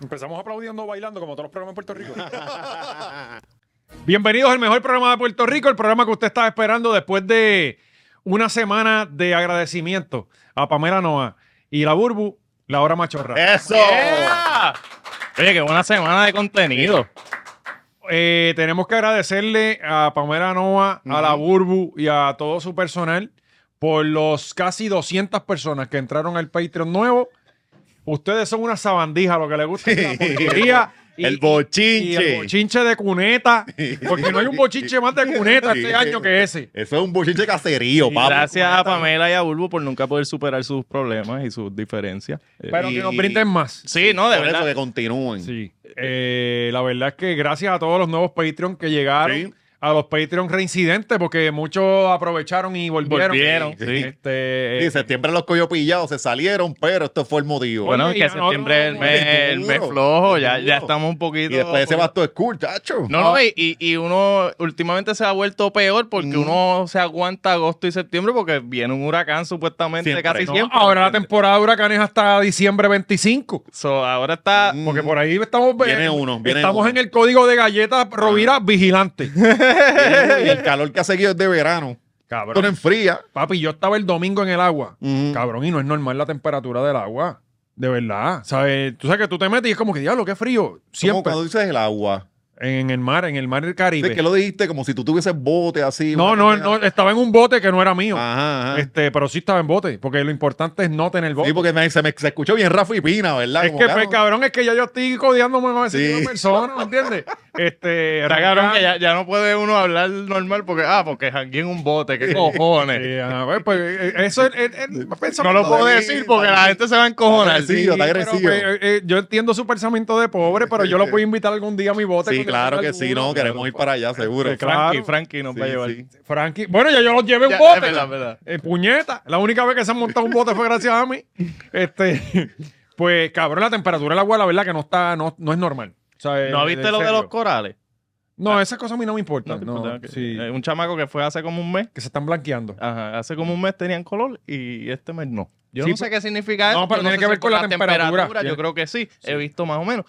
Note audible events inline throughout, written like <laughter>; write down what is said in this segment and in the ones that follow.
Empezamos aplaudiendo bailando como todos los programas en Puerto Rico. <laughs> Bienvenidos al mejor programa de Puerto Rico, el programa que usted estaba esperando después de una semana de agradecimiento a Pamela Noa y la Burbu, la hora machorra. Eh. ¡Eso! Oye, qué buena semana de contenido. Eh, tenemos que agradecerle a Pamela Noa, a la Burbu y a todo su personal por los casi 200 personas que entraron al Patreon nuevo. Ustedes son una sabandija, lo que les gusta es la porquería y- el y el bochinche. bochinche de cuneta, porque no hay un bochinche más de cuneta este año que ese. Eso es un bochinche caserío, Y papi. gracias a Pamela y a Bulbo por nunca poder superar sus problemas y sus diferencias. Eh, Pero que nos brinden más. sí, no, de Por eso verdad. que continúen. Sí. Eh, la verdad es que gracias a todos los nuevos Patreon que llegaron, Sí. a los Patreon reincidentes, porque muchos aprovecharon y volvieron. Volvieron, sí. Este, Sí, en septiembre los coyos pillados se salieron, pero esto fue el motivo. Bueno, Oye, y que a nosotros septiembre es el nos mes, duro, el mes flojo, ya, duro. ya estamos un poquito... y después pues, ese vas tu school, chacho. No, no, y, y- y uno últimamente se ha vuelto peor porque Mm. uno se aguanta agosto y septiembre porque viene un huracán supuestamente Siempre. casi No, siempre. ahora la temporada de huracanes hasta diciembre 25. So, ahora está... Mm. Porque por ahí estamos eh, Viene uno, viene pues, estamos uno. en el código de galletas Rovira vigilante. Y el calor que ha seguido es de verano. Esto no Cabrón. enfría. Papi, yo estaba el domingo en el agua. Ujú. Cabrón, y no es normal la temperatura del agua. De verdad. ¿Sabes? Tú sabes que tú te metes y es como que diablo, qué frío. Como Siempre. cuando dices el agua. En el mar, en el mar del Caribe. Es que lo dijiste como si tú tuvieses bote así. No, no, no, estaba en un bote que no era mío. Ajá, ajá. Este, pero sí estaba en bote, porque lo importante es no tener bote. Sí, porque me- se me se escuchó bien Rafa y Pina, ¿verdad? es Como, que, "Ah, claro, pues, cabrón, es que ya yo estoy codiándome con Sí. esa persona, ¿me entiendes? Este, Está cabrón arranca- que ya, ya no puede uno hablar normal porque, ah, porque jangué en un bote, qué cojones. Sí, ajá, pues, pues, eh, eso es- es- pues, es- No pensamiento lo puedo de- decir porque la gente se va a encojonar. Sí, yo- está agresivo. pero, pues, eh, eh, yo entiendo su pensamiento de pobre, pero yo lo puedo invitar algún día a mi bote. Sí, cuando claro tenga que sí, alguno. no, queremos ir para allá, seguro. Sí, claro. Frankie, Frankie nos Sí, va a llevar. sí. Frankie, bueno, ya yo los llevé Ya, un bote. es verdad, es Ah, verdad. Eh, puñeta, la única vez que se han montado un bote fue gracias a <laughs> mí. Este, pues cabrón, la temperatura del agua, la verdad que no está, no, no es normal. O sea, eh, ¿No viste en lo de serio. los corales? No, esas cosas a mí no me No importan. te no, importa, ok. sí, Eh, Un chamaco que fue hace como un mes. que se están blanqueando. Ajá, hace como un mes tenían color y este mes no. Yo Sí, no sé qué significa No, eso. pero yo tiene sé que si ver es con por la temperatura. Yo creo que sí, he visto más o menos.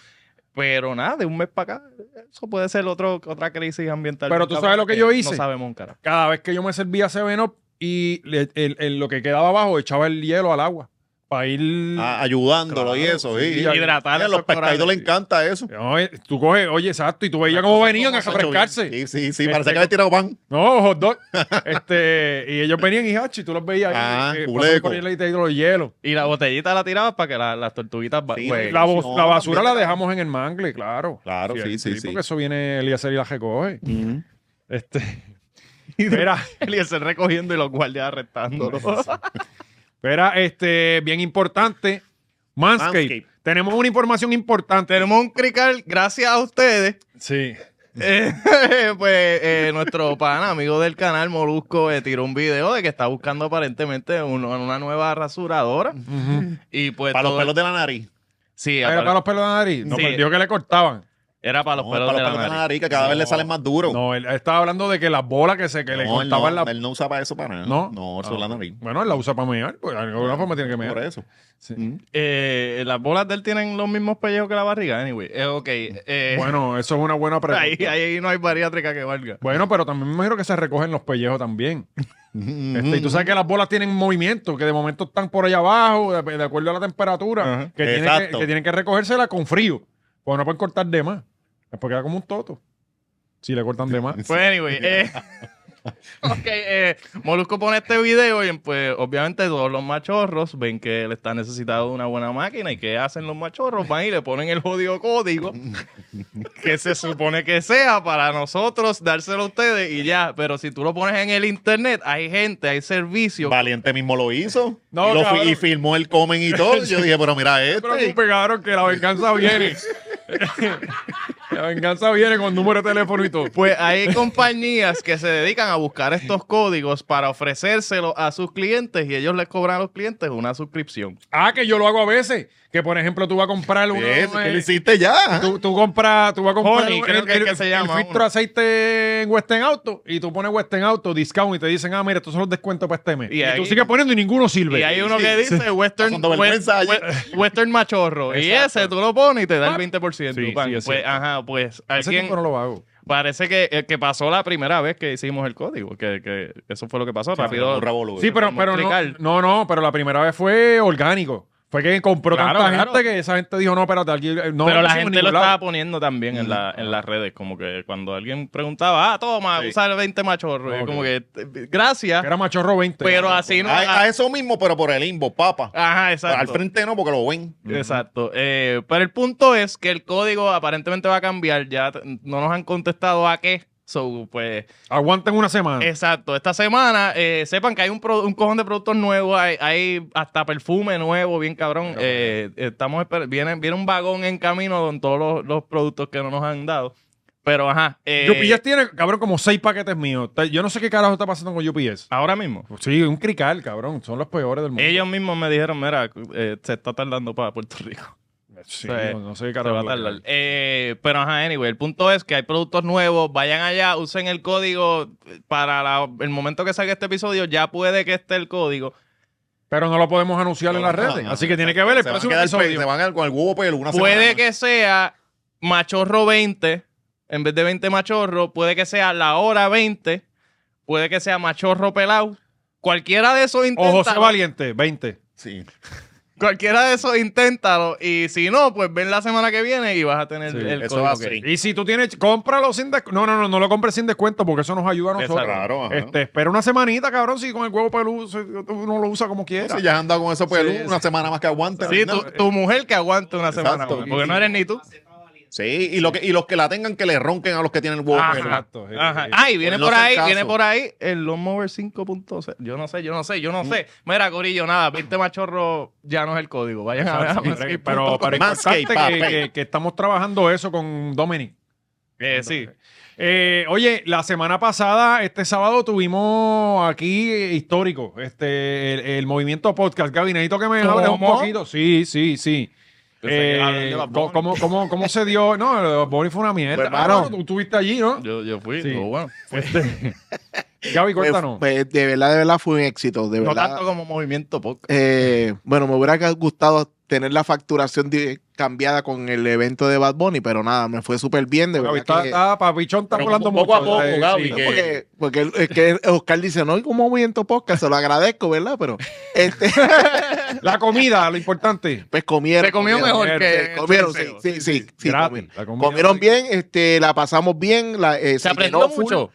Pero nada, de un mes para acá, eso puede ser otro, otra crisis ambiental. Pero bien tú cabrona sabes lo que yo hice. No sabemos un carajo. Cada vez que yo me servía Seven Up y le- el- el- lo que quedaba abajo echaba el hielo al agua para ir. Ah, ayudándolo y Claro, eso. sí, Sí, y hidratar A esos los pescaditos corales, les sí. encanta eso. No, eh, tú coges, oye, exacto, y tú veías cómo venían a refrescarse. Sí, sí, sí, Este, parece que había tirado pan. No, hot dog. <laughs> este, y ellos venían y hachi, tú los veías Ah, ahí. eh, culeco. por el los hielos. Y la botellita la tirabas para que la- las tortuguitas pues, ba- Sí, jueguen. <laughs> La, bos- Eh, no, la basura también la la- dejamos en el mangle, claro. Claro, sí, sí, sí. Porque eso viene Eliezer y la recoge. Este. <laughs> Espera, Eliezer recogiendo y los guardias arrestándolo. espera, este, bien importante. Manscape. Manscaped. Tenemos una información importante. <laughs> Tenemos un crical, gracias a ustedes. Sí. Eh, <laughs> pues eh, nuestro pan, amigo del canal Molusco, eh, tiró un video de que está buscando aparentemente uno- una nueva rasuradora. Y pues Para los todo- pelos de la nariz. Sí, Era para- para los pelos de la nariz. No, Sí. pero dijo que le cortaban. era para los No, pelos para los de la pelos de la nariz. nariz, que cada vez le salen más duros. No, él estaba hablando de que las bolas que se que le él cortaban no, la. él no usaba eso para nada. No. No, eso es la nariz. Bueno, él la usa para mear, pues de alguna forma tiene que mear. Por eso. Sí. Eh, las bolas de él tienen los mismos pellejos que la barriga, anyway. Eh, ok. eh, Bueno, eso es una buena pregunta. <laughs> ahí, ahí no hay bariátrica que valga. Bueno, pero también me imagino que se recogen los pellejos también. Este, y tú sabes que las bolas tienen movimiento, que de momento están por allá abajo, de, de acuerdo a la temperatura, Ajá. que, tienen que, Exacto. que tienen que recogérsela con frío. Pues no pueden cortar de más. Después queda como un toto. Si le cortan de más. Pues anyway, eh, <laughs> ok, eh, Molusco pone este video y pues obviamente todos los machorros ven que él está necesitado de una buena máquina y ¿qué hacen los machorros? Van y le ponen el jodido código que se supone que sea para nosotros dárselo a ustedes y ya, pero si tú lo pones en el internet, hay gente, hay servicios. Valiente mismo lo hizo. No, y, lo fi- cabrón. y filmó el comen y todo. Yo dije, pero mira <laughs> Pero este. pegaron que la venganza viene. La venganza viene con número de teléfono y todo. Pues hay compañías que se dedican a buscar estos códigos para ofrecérselos a sus clientes y ellos les cobran a los clientes una suscripción. Ah, que yo lo hago a veces. Que por ejemplo, tú vas a comprar uno. ¿Qué, eh, ¿Qué le hiciste ya? tú, tú compras, tú vas a comprar Honey, creo que es que se llama el filtro uno. aceite en Western Auto y tú pones Western Auto, discount y te dicen, ah, mira, estos son los descuentos para este mes. Y Y, tú ahí- sigues poniendo y ninguno sirve. Y hay uno que dice Western, Pasando West- vergüenza ayer. West- Western Machorro. Y ese tú lo pones y te da Ah. el 20%. Sí, pan. sí, es pues, cierto. ajá, pues Hace alguien tiempo no lo hago. parece que, eh, que pasó la primera vez que hicimos el código. Que, que eso fue lo que pasó. rápido. Un revolú, Sí, eh. pero, como pero no, explicar. no, no, pero la primera vez fue orgánico. Fue que compró Claro, tanta claro. gente que esa gente dijo, no, espérate, aquí, eh, no, pero no la hicimos en gente ningún lo lado". estaba poniendo también en, la- en las redes, como que cuando alguien preguntaba, ah, toma, Sí. usar 20 machorros, y Ok. como que, eh, gracias, Era machorro 20. pero así no... a, a eso mismo, pero por el inbox, papa. ajá, exacto. Al frente no, porque lo ven. Exacto. Eh, pero el punto es que el código aparentemente va a cambiar, ya t- no nos han contestado a qué. So, pues, Aguanten una semana. exacto. Esta semana, eh, sepan que hay un, pro- un cojón de productos nuevos, hay, hay hasta perfume nuevo, bien cabrón. Eh, estamos esper- viene, viene un vagón en camino con todos los, los productos que no nos han dado. Pero, ajá. eh, UPS tiene, cabrón, como seis paquetes míos. Ta- Yo no sé qué carajo está pasando con UPS. Ahora mismo. Sí, un crical, cabrón. Son los peores del mundo. Ellos mismos me dijeron, mira, eh, se está tardando para Puerto Rico. Sí, se- no sé qué Se carajo. va a tardar. Eh, pero, ajá, anyway, el punto es que hay productos nuevos. Vayan allá, usen el código eh, para la- el momento que salga este episodio. Ya puede que esté el código. Pero no lo podemos anunciar en las No, no, redes. no, así no, que tiene que ver el se van, a próximo quedar pe- episodio. se van a- con el huevo pelo una Puede semana que sea Machorro 20, en vez de 20 Machorro, puede que sea La Hora 20, puede que sea Machorro Pelado. Cualquiera de esos O José intenta. Valiente, 20. más. Sí. Cualquiera de esos, inténtalo. Y si no, pues ven la semana que viene y vas a tener Sí, el eso código va a que- ser. Y si tú tienes, cómpralo sin descuento. No, no, no, no lo compres sin descuento porque eso nos ayuda a nosotros. Exacto. Claro, ajá. este, espera una semanita, cabrón, si con el huevo peludo si uno lo usa como quiera. Si ya has andado con eso pelú, Sí, una semana más que aguante. Sí, ¿no? tu, tu mujer que aguante una Exacto. semana. más, Porque no eres ni tú. Sí, y, lo que, y los que la tengan que le ronquen a los que tienen el huevo pelo. Exacto. sí, Ajá. sí. Ah, y viene no por hacer ahí, caso. viene por ahí el Long Mover 5.0. Yo no sé, yo no sé, yo Mm. no sé. Mira, Corillo, nada, 20 machorro ya no es el código. Vayan a ver. Sí, a pero, pero, pero es Manscaped, importante que, papi. que- que estamos trabajando eso con Dominic. Eh, sí. Eh, oye, la semana pasada, este sábado, tuvimos aquí eh, histórico este, el, el movimiento podcast. Gaby, necesito que me ¿Cómo? hables un poquito. Sí, sí, sí. Yo sé que Eh, hablan de Bad Bunny. ¿cómo, cómo, ¿Cómo se dio? No, lo de Bad Bunny fue una mierda. Pues, Ah, mano, no, tú estuviste allí, ¿no? Yo, yo fui, Sí. Este, estuvo bueno. Gaby, Pues, cuéntanos. pues, de verdad, de verdad fue un éxito. De No verdad. tanto como movimiento podcast. Eh, bueno, me hubiera gustado tener la facturación di- cambiada con el evento de Bad Bunny, pero nada, me fue súper bien. De Gaby, verdad. está, que- está- papichón está pues, Pero volando poco a mucho, poco, eh, Gaby, sí. que- porque, porque el- es que Oscar dice, no, como movimiento podcast, se lo agradezco, ¿verdad? Pero este, La comida, lo importante. pues comieron. Se comió comieron, mejor que. se comieron, sí, Choliseo. sí, sí, sí, Gratis, comieron. la comida. Comieron bien, este, la pasamos bien. La, eh, Se llenó aprendió full. mucho.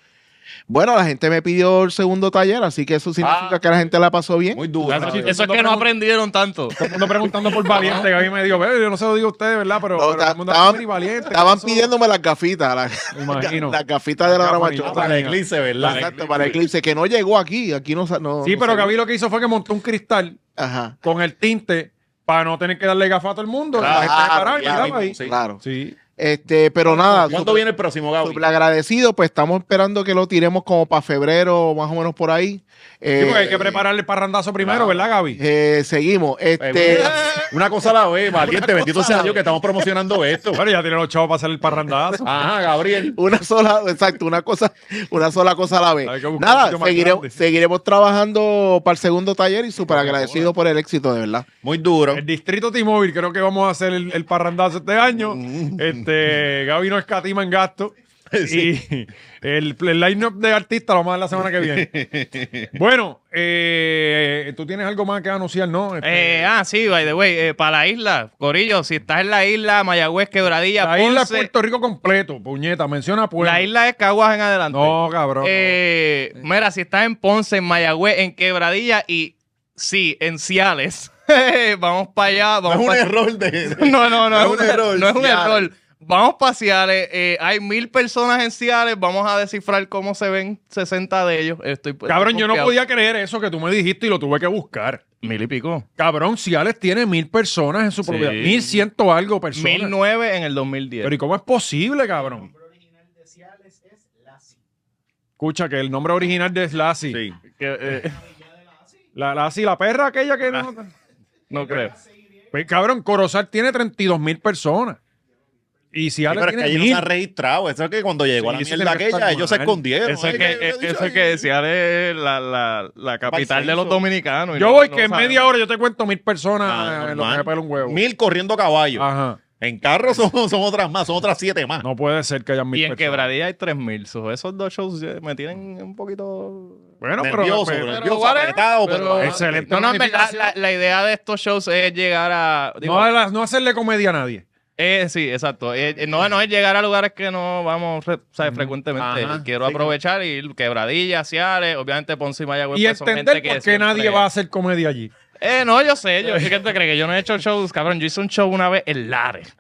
Bueno, la gente me pidió el segundo taller, así que eso significa que la gente la pasó bien. Muy duro. Gracias, ¿sabes? chicos. Eso es que no aprendieron <laughs> tanto. Todo el mundo preguntando por valiente. Gaby me dijo, "Ve, yo no se lo digo a ustedes, ¿verdad? Pero, No, pero ta- todo el mundo, estaban- "Mira, valiente. <laughs> ¿qué Estaban pasó?" pidiéndome las gafitas, las, Me imagino. las gafitas de <laughs> la hora Gafanita. macho. Para el eclipse, ¿verdad? Exacto, para el eclipse, que no llegó aquí, aquí no... sa- no Sí, no pero salió. Gaby lo que hizo fue que montó un cristal Ajá, con el tinte para no tener que darle gafa a todo el mundo. Claro, La gente se paraba y claro, miraba ahí. sí. claro. Sí. Este, pero nada, ¿Cuándo súper- viene el próximo, Gaby? súper agradecido, pues estamos esperando que lo tiremos como para febrero, más o menos por ahí. Sí, Eh, porque hay que prepararle el parrandazo primero, claro. ¿verdad, Gaby? eh, Seguimos, Pues, este... Una cosa a la vez, valiente. Bendito sea Dios que estamos promocionando esto. Bueno, ya tiene los chavos para hacer el parrandazo. Ajá, Gabriel. <laughs> Una sola, exacto, una cosa, una sola cosa a la vez. Hay que buscar un Nada, sitio más grande. seguiremos, seguiremos trabajando para el segundo taller y súper agradecido por el éxito, de verdad. Muy duro. El distrito T-Mobile, creo que vamos a hacer el, el parrandazo este año. Este, Gaby no escatima en gasto. Y el, el line-up de artistas lo vamos a dar la semana que viene. bueno, eh, tú tienes algo más que anunciar, ¿no? Este, Eh, ah, sí, by the way, eh, para la isla, Corillo, si estás en la isla, Mayagüez, Quebradilla, la isla es Ponce, Puerto Rico completo, puñeta. Menciona Pueblo. la isla es Caguas en adelante. No, cabrón. Eh, mira, si estás en Ponce, en Mayagüez, en Quebradilla y sí, en Ciales, <laughs> vamos para allá. No es Vamos un pa- error de. <laughs> No, no, no, no es es un un error, error. No es un Ciales. error. Vamos para Ciales. eh, hay mil personas en Ciales. Vamos a descifrar cómo se ven 60 de ellos. Estoy, Cabrón, estoy yo no confiado. podía creer eso que tú me dijiste y lo tuve que buscar. Mil y pico. Cabrón, Ciales tiene mil personas en su Sí. propiedad. Mil ciento algo personas. Mil nueve en el 2010. Pero ¿y cómo es posible, cabrón? Escucha que el nombre original de Lassie. Sí. Que, eh, La Lassie, la perra aquella que... no- no creo. Pues, cabrón, Corozal tiene 32 mil personas. Y Sí, Ciales pero es que tiene ellos no mil. se han registrado. Eso es que cuando llegó Sí, la eso mierda tiene que estar aquella, ellos se mal. escondieron. Eso Ay, es yo que, he dicho, eso ay, es que Ciales es la, la, la capital de los Valparaíso. dominicanos. y Yo no- voy no que en saben. media hora yo te cuento mil personas Ah, en lo que normal. me pela un huevo. Mil corriendo a caballo. Ajá. En carro <laughs> son, son otras más, son otras siete más. No puede ser que hayan mil Y en personas. Quebradilla hay 3000. so, esos dos shows eh, me tienen un poquito. Bueno, pero- pues, nervioso, pero, nervioso, pero whatever, apretado, pero, pero- Excelente No, no, en verdad, planificación. la, la idea de estos shows es llegar a. digo, no, a las- no hacerle comedia a nadie. eh, sí, exacto. Eh, eh, no, no es llegar a lugares que no vamos re- sabes, frecuentemente. Ajá, Quiero aprovechar y ir quebradilla, Ciales, obviamente Ponce y Mayagüez. Y pues, son entender gente que por qué nadie siempre- va a hacer comedia allí. Eh, no, yo sé. Yo, ¿Qué te crees? Que yo no he hecho shows, cabrón. Yo hice un show una vez en Lares.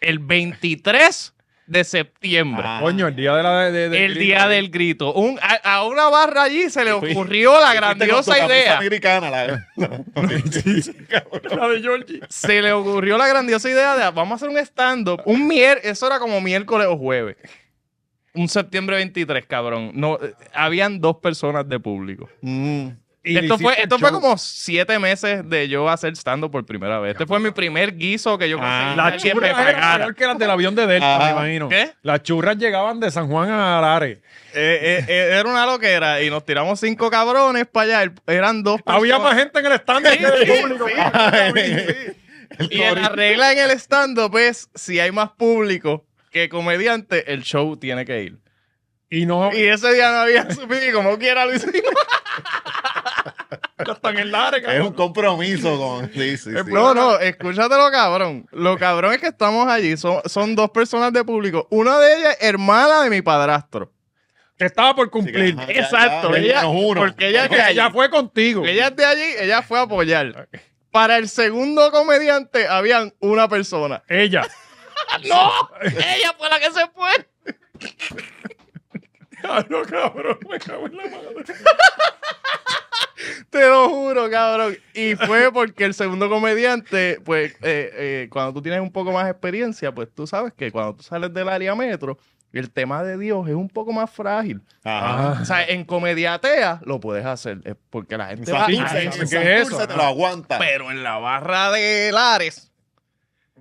El 23 de septiembre. Ah. Coño, el día de la... de- de- de- El día del grito. Un- a, a una barra allí se le ocurrió la grandiosa idea. <laughs> Americana, la, La de Georgie. Se le ocurrió la grandiosa idea de vamos a hacer un stand-up. Un mier eso era como miércoles o jueves. Un septiembre 23, cabrón. No, eh, habían dos personas de público. <laughs> Mm. Y le esto fue, hiciste esto el fue show. como siete meses de yo hacer stand-up por primera vez. Este fue mi primer guiso que yo Ah. conseguí. Las Alguien me churras eran pagara. peor que las del avión de Delta, Ajá. me imagino. ¿Qué? Las churras llegaban de San Juan a Lares. Eh, eh, eh, era una loquera y nos tiramos cinco cabrones para allá. El- Eran dos Había personas. más gente en el stand que en el público. Y en la regla en el stand-up es si hay más público que comediante, el show tiene que ir. Y no... Y ese día no había <laughs> subido y como quiera lo hicimos. están en Lares, es cabrón. un compromiso con. Sí, sí, sí. No, no, escúchatelo, cabrón. Lo cabrón es que estamos allí. Son, son dos personas de público. Una de ellas, hermana de mi padrastro. Que estaba por Así que, cumplir. ajá, ya- Exacto. ya, ella, menos uno. Porque ella es de allí. Ella fue contigo. Ella es de allí, ella fue a apoyar. Para el segundo comediante, habían una persona. Ella. <laughs> ¡No! ¡Ella fue la que se <laughs> fue! Claro, Ah, cabrón, me cago en la madre. Te lo juro, cabrón. Y fue porque el segundo comediante, pues, eh, eh, cuando tú tienes un poco más de experiencia, pues tú sabes que cuando tú sales del área metro, el tema de Dios es un poco más frágil. Ah, Ajá. O sea, en comediatea lo puedes hacer, es porque la gente va Santurce, a en eso. San- ¿qué es eso? te lo aguanta. Pero en la barra de Lares,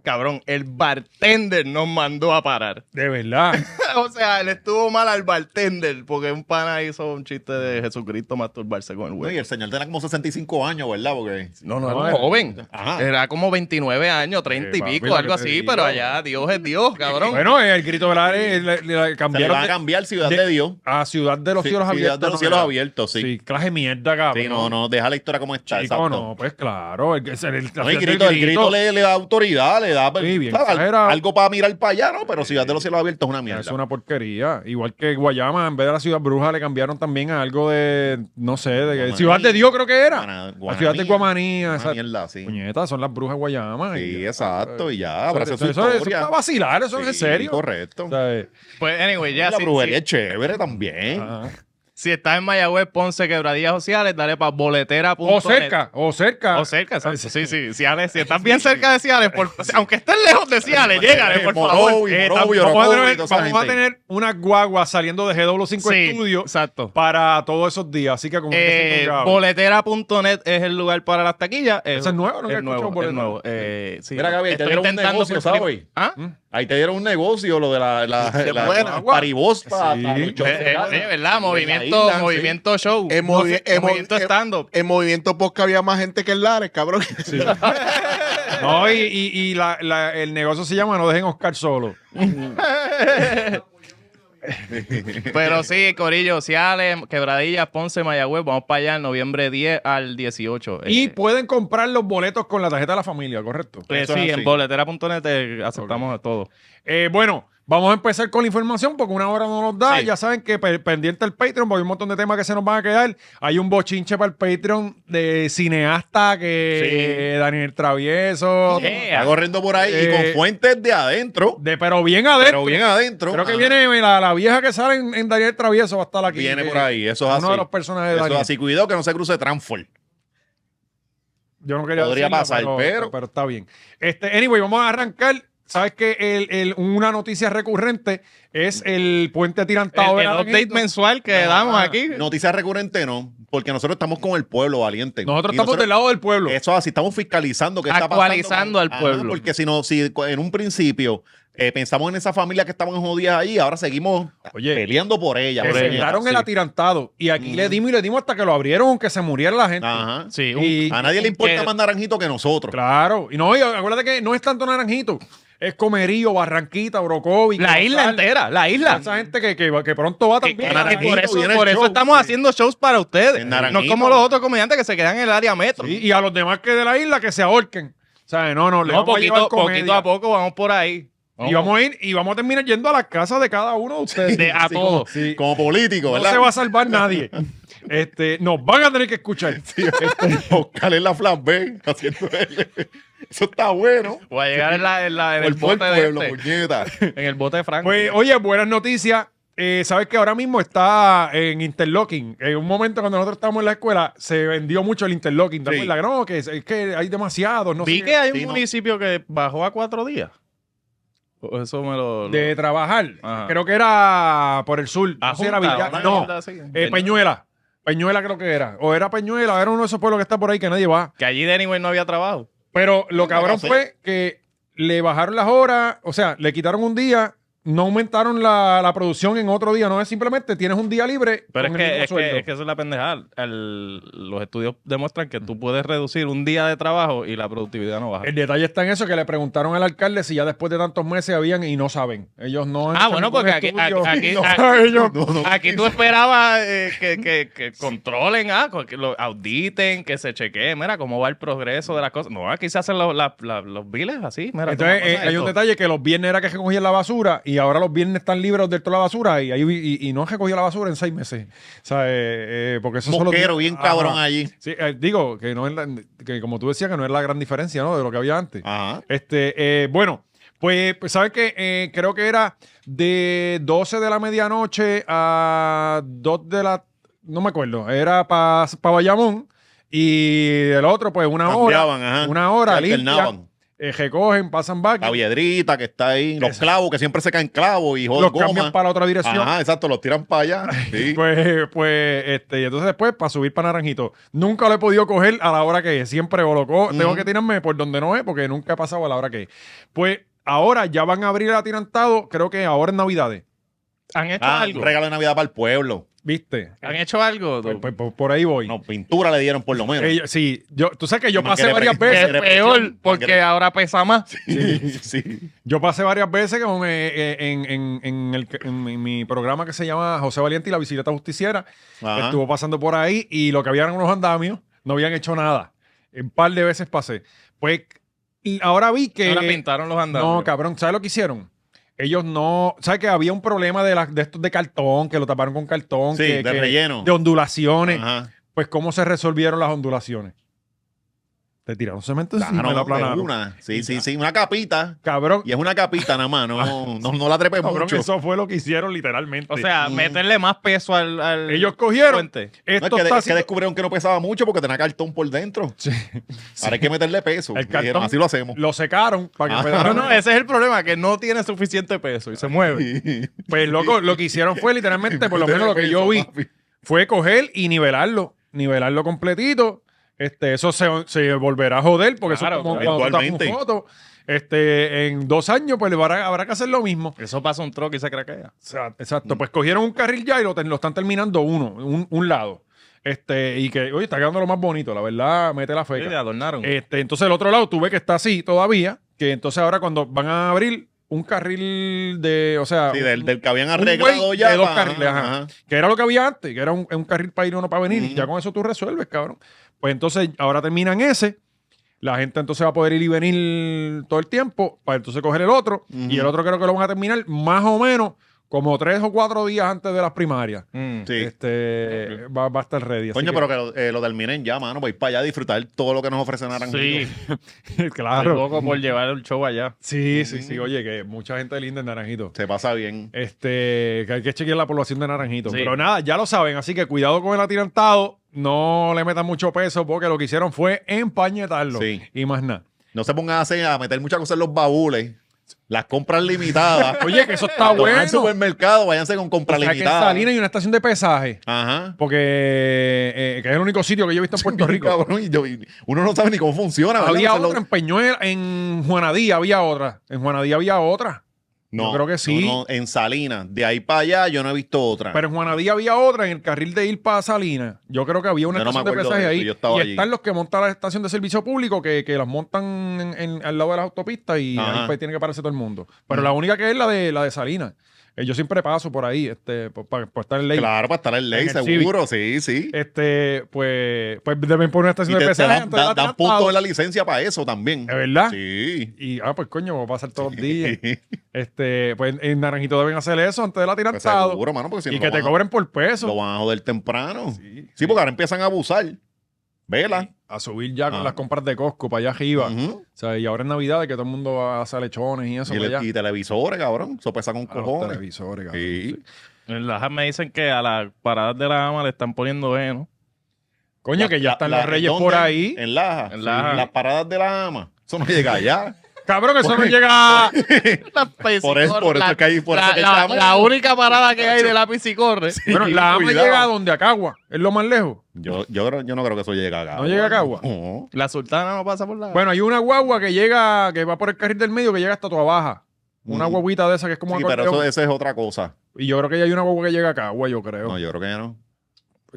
cabrón, el bartender nos mandó a parar. <laughs> De verdad. o sea, le estuvo mal al bartender porque un pana hizo un chiste de Jesucristo masturbarse con el No, huevo. y el señor tenía como 65 años, ¿verdad? Porque. No, no, No, era era- Ah, joven. Ajá. Era como 29 años, 30 Eh, y papi, pico, lo algo que te así, digo. pero allá Dios es Dios, cabrón. Bueno, el grito de Lares le, le- le Se le cambiaron va a de- cambiar Ciudad de- de, Dios. a Ciudad de los Sí, Cielos Ciudad Abiertos. de los ¿no? Cielos Abiertos, sí. Sí, clase de mierda, cabrón. Sí, no, no, deja la historia como está. Chico, exacto. no, pues claro. El, el, el- la No, el ciudad del grito, el grito le, le da autoridad, le da pues, Sí, bien ¿sabes? Al- exagerado. algo para mirar para allá, ¿no? Pero Ciudad de los Cielos Abiertos es una mierda. Es una porquería. Igual que Guayama, en vez de la ciudad bruja, le cambiaron también a algo de, no sé, de Guamaní. Ciudad de Dios creo que era. Guana- la ciudad de Guamaní. Una Esa, mierda, sí. puñeta, son las brujas Guayama. Sí, y- exacto, Ah, y ya. Eso, habrá eso, sido su eso- eso es historia. para vacilar, eso es en Sí, serio. Correcto. O sea, eh, Pues, anyway, ya. la si, brujería si- es chévere también. ajá. si estás en Mayagüez, Ponce, Quebradillas Sociales, dale para boletera.net. O cerca, o cerca. O cerca, exacto. Sí, sí, Ciales. Si estás bien cerca de Ciales, por- aunque estés lejos de Ciales, llégale, por favor. Morovi, Eh, tam- Morovi, vamos a Orocó y tener, toda esa vamos a gente. tener una guagua saliendo de GW5 Sí, Studio exacto. para todos esos días. Así que este como que Eh, se encargaba. boletera.net es el lugar para las taquillas. Ese es nuevo, ¿no? Que Es nuevo, escucho es boletera. nuevo. Eh, sí, Mira, Gaby, te estoy dieron un intentando negocio, por prim- ¿sabes? ¿Ah? Ahí te dieron un negocio lo de la, la, De la- buena. la paribos para- Sí. para los shows Eh, de eh, casa. eh, ¿Verdad? En la Movimiento, isla, sí. movimiento show. Eh, movi- No sé, eh, movi- movimiento <laughs> eh, stand-up. En Movimiento Posca había más gente que en Lares, cabrón. <laughs> Sí. <laughs> No, y, y- y la- la- el negocio se llama No dejen Oscar solo. Pero sí, Corillo, Ciales, Quebradillas, Ponce, Mayagüez. Vamos para allá en noviembre 10 al 18. Y Eh, pueden comprar los boletos con la tarjeta de la familia, correcto. eh, eso sí, es así. en boletera.net eh, aceptamos a todos. Eh, bueno, Vamos a empezar con la información porque una hora no nos da. Sí. Ya saben que pe- pendiente el Patreon, porque hay un montón de temas que se nos van a quedar. Hay un bochinche para el Patreon de cineasta que Daniel Travieso. eh. Está corriendo por ahí y Eh, con fuentes de adentro, De, pero bien adentro. pero bien adentro. Creo que Ah, viene la, la vieja que sale en, en Daniel Travieso va a estar aquí. Viene eh, por ahí, eso es uno así. de los personajes de Eso es Daniel. así, cuidado que no se cruce Transform. Yo no quería Podría decirla, pasar, pero- está bien. Este, anyway, vamos a arrancar. Sabes que el, el- una noticia recurrente es el puente El, atirantado de el Naranjito. update mensual que damos ah. aquí. Noticia recurrente no, porque nosotros estamos con el pueblo, valiente. Nosotros Y estamos del lado del pueblo. Eso es así, estamos fiscalizando qué está pasando. Actualizando al Ajá, pueblo. porque si, no, si en un principio eh, pensamos en esa familia que estaban jodidas ahí, ahora seguimos Oye, peleando por ella. que por ella. sentaron el Sí. atirantado y aquí le dimos y le dimos hasta que lo abrieron, aunque se muriera la gente. Ajá. Sí, un- Y- A nadie le importa que- más naranjito que nosotros. Claro. Y no, y acuérdate que no es tanto naranjito. Es Comerío, Barranquita, Brocovi. la isla entera, la isla. Esa gente que, que, que pronto va también. que Naranjito por eso, viene el por eso show, estamos sí. haciendo shows para ustedes. En No Naranjito. como los otros comediantes que se quedan en el área metro. Sí, y a los demás que de la isla que se ahorquen. O sea, no, no, le No, vamos a poquito, llevar comedia. poquito a poco vamos por ahí. Y vamos a ir y vamos a terminar yendo a las casas de cada uno de ustedes. De- <laughs> a Sí, todos. sí. Como político, No ¿verdad? se va a salvar <laughs> nadie. Este, nos van a tener que escuchar. <laughs> Oscar en la flash B, haciendo el- Eso está bueno. Voy a llegar en, la, en, la- en el Por todo el bote de pueblo, este, puñeta. En el bote de Franco. Pues, oye, buenas noticias. Eh, Sabes que ahora mismo está en interlocking. En un momento cuando nosotros estábamos en la escuela, se vendió mucho el interlocking. ¿Te Sí. acuerdas? No, que es, es que hay demasiados, no Vi sé que hay un sí, no. municipio que bajó a cuatro días. O Eso me lo. lo- de trabajar. Ajá. Creo que era por el sur. a no sé, era Junta, Villa- una No, mierda así. Eh, Peñuela. Peñuela creo que era. O era Peñuela, era uno de esos pueblos que está por ahí que nadie va. Que allí de anyway no había trabajo. Pero lo No, cabrón no sé. fue que le bajaron las horas, o sea, le quitaron un día, no aumentaron la, la producción en otro día. No es simplemente tienes un día libre. Pero es con el que, mismo es, sueldo. que, es que eso es la pendejada. El- los estudios demuestran que tú puedes reducir un día de trabajo y la productividad no baja. El detalle está en eso, que le preguntaron al alcalde si ya después de tantos meses habían y no saben. Ellos no han Ah, hecho bueno, ningún porque aquí- estudio. aquí- aquí- No, aquí- ellos- <laughs> No, no. Aquí tú esperabas eh, que, que- que controlen, ah, que lo auditen, que se chequeen, mira cómo va el progreso de las cosas. No, aquí se hacen los, la- la- los biles así, mira. Entonces, toma, eh, pasa hay un esto. detalle que los viernes era que recogían la basura y ahora los viernes están libres de toda la basura y, ahí- y, y no han recogido la basura en seis meses. O sea, eh, eh, porque eso solo. Mosquero, bien cabrón Ajá. allí. Sí, eh, digo, que no es la- que como tú decías, que no es la gran diferencia, ¿no? De lo que había antes. Ajá. Este, eh, bueno, pues, pues, sabes que creo que era de 12 de la medianoche a 2 de la. No me acuerdo, era para Bayamón y el otro, pues una hora. Cambiaban, ajá. Una hora, Se limpia, alternaban. eh, recogen, pasan back, La piedrita que está ahí, los clavos que siempre se caen clavos y joder, los goma. cambian para la otra dirección. Ajá, exacto, los tiran <laughs> para allá. Sí. Pues, pues, este, y entonces después para subir para Naranjito. Nunca lo he podido coger a la hora que es. Siempre volocó. Tengo Ujú. que tirarme por donde no es porque nunca he pasado a la hora que es. Pues ahora ya van a abrir el atirantado, creo que ahora en Navidades. ¿Han hecho Ah, algo? un regalo de Navidad para el pueblo. ¿Viste? ¿Han hecho algo? Pues, pues, por, por ahí voy. No, pintura le dieron por lo menos. Eh, yo- sí, yo, tú sabes que yo No pasé quiere varias pre- veces. es Represión. peor porque ahora pesa más. <laughs> Sí, sí. Yo pasé varias veces con, eh, eh, en, en- en el- en- en mi programa que se llama José Valiente y la bicicleta justiciera. Ajá. Estuvo pasando por ahí y lo que había eran unos andamios, no habían hecho nada. Un par de veces pasé. Pues y ahora vi que. Ahora pintaron los andares. no, cabrón, ¿sabes lo que hicieron? Ellos no. ¿Sabes que había un problema de, las de estos de cartón, que lo taparon con cartón? Sí, que, de que- relleno. De ondulaciones. Ajá. Pues, ¿cómo se resolvieron las ondulaciones? Te tiraron cemento encima Claro, y la de aplanaron. una. Sí, sí, sí, una capita. Cabrón, Y es una capita nada más, no, no, no la trepes Ah. cabrón, mucho. eso fue lo que hicieron literalmente. O sea, Mm. meterle más peso al, al pues ellos cogieron. puente. No, Esto es que, de- está es que descubrieron que no pesaba mucho porque tenía cartón por dentro. Ahora hay que meterle peso. El Y dijeron, cartón- así lo hacemos. Lo secaron para que Ah. fuera- No, no, ese es el problema, que no tiene suficiente peso y se mueve. <laughs> Pues loco, lo que hicieron fue literalmente, por lo menos lo que yo vi, Papi. fue coger y nivelarlo, nivelarlo completito. Este, eso se, se volverá a joder, porque Claro, eso es como cuando claro. tú tapas un Eventualmente. foto. Este, en dos años, pues le habrá, habrá que hacer lo mismo. Eso pasa un troque y se craquea. Exacto. Pues cogieron un carril ya y lo, ten- lo están terminando uno, un, un lado. Este, y que, oye, está quedando lo más bonito, la verdad, mete la Sí, feca. le adornaron. Este, entonces el otro lado tú ves que está así todavía, que entonces ahora cuando van a abrir un carril de, o sea, Sí, un- del, del que habían un arreglado güey ya. de dos pa- carriles, ajá. que era lo que había antes, que era un, un carril para ir y uno para venir, Ujú. ya con eso tú resuelves, cabrón. Pues entonces ahora terminan ese, La gente entonces va a poder ir y venir todo el tiempo para entonces coger el otro. Ujú. Y el otro creo que lo van a terminar más o menos como tres o cuatro días antes de las primarias. Mm. Sí. Este, va, va a estar ready. así Coño, que- pero que lo, eh, lo del Miren ya, mano, voy para allá a disfrutar todo lo que nos ofrece Naranjito. Sí, estoy claro. loco por llevar el show allá. Sí, sí, sí. Oye, que mucha gente linda en Naranjito. Se pasa bien. Este, que hay que chequear la población de Naranjito. Sí. Pero nada, ya lo saben, así que cuidado con el atirantado. No le metan mucho peso porque lo que hicieron fue empañetarlo. Sí. Y más nada. No se pongan a, hacer, a meter muchas cosas en los baúles. Las compras limitadas. <laughs> Oye, que eso está Cuando vayan bueno. al supermercado, váyanse con compras O sea, que en limitadas. Salinas hay una estación de pesaje. Ajá. Porque eh, que es el único sitio que yo he visto en Puerto Rico. Cabrón, y yo- y uno no sabe ni cómo funciona. ¿verdad? había No se lo- otra en Peñuela, en Juanadí había otra. En Juanadí había otra. No, yo creo que sí. no, no, en Salinas. De ahí para allá yo no he visto otra. <laughs> Pero en Juanadí había otra en el carril de ir para Salinas. Yo creo que había una Yo no me estación de acuerdo pesaje de eso, ahí. yo estaba y allí. están los que montan la estación de servicio público que, que las montan en- en- al lado de las autopistas y Ajá. Mm. ahí pues, tiene que pararse todo el mundo. Pero la única que es la de la de Salinas. Eh, yo siempre paso por ahí, este, por- para por estar en ley. claro, para estar en ley, En el seguro. Sí, sí. Este, pues, pues deben poner una Y estación de te, te pesaje. dan, antes del dan- dan atentado. puntos de la licencia para eso también. ¿De verdad? Sí. Y ah, pues coño, va a pasar todos los <laughs> días. Este, pues en Naranjito deben hacer eso antes del Pues atirantado. seguro, mano, porque si y no que lo te van a- cobren por Lo peso. van a joder temprano. Sí, Sí, porque ahora empiezan a abusar. Vela. eh, A subir ya con Ah. las compras de Costco para allá arriba. Ujú. O sea, y ahora en Navidad de que todo el mundo va a hacer lechones y eso y, para le- allá. y televisores, cabrón. Eso pesa A con los cojones. televisores, cabrón. Sí. En las me dicen que a las paradas de la gama le están poniendo veno. Coño, que ya La- están la- los reyes ¿dónde? Eh. por ahí. En Laja. En Laja. Sí. Las paradas de la ama. <laughs> Eso no llega allá. Cabrón, eso Pues, no <laughs> llega. Por eso- por eso que hay- por la, eso que la- llaman. la única parada que hay de lápiz y corre. Bueno, la ama cuidado. llega a donde Acagua. Es lo más lejos. Yo, yo, creo- yo no creo que eso llegue acá. ¿No llega a Cagua? No. La sultana no pasa por la. Bueno, hay una guagua que llega, que va por el carril del medio, que llega hasta tu abaja. Una Mm. guaguita de esa que es como Sí, pero acordeón. eso, eso es otra cosa. Y yo creo que ya hay una guagua que llega a Acagua, yo creo. No, yo creo que ya no.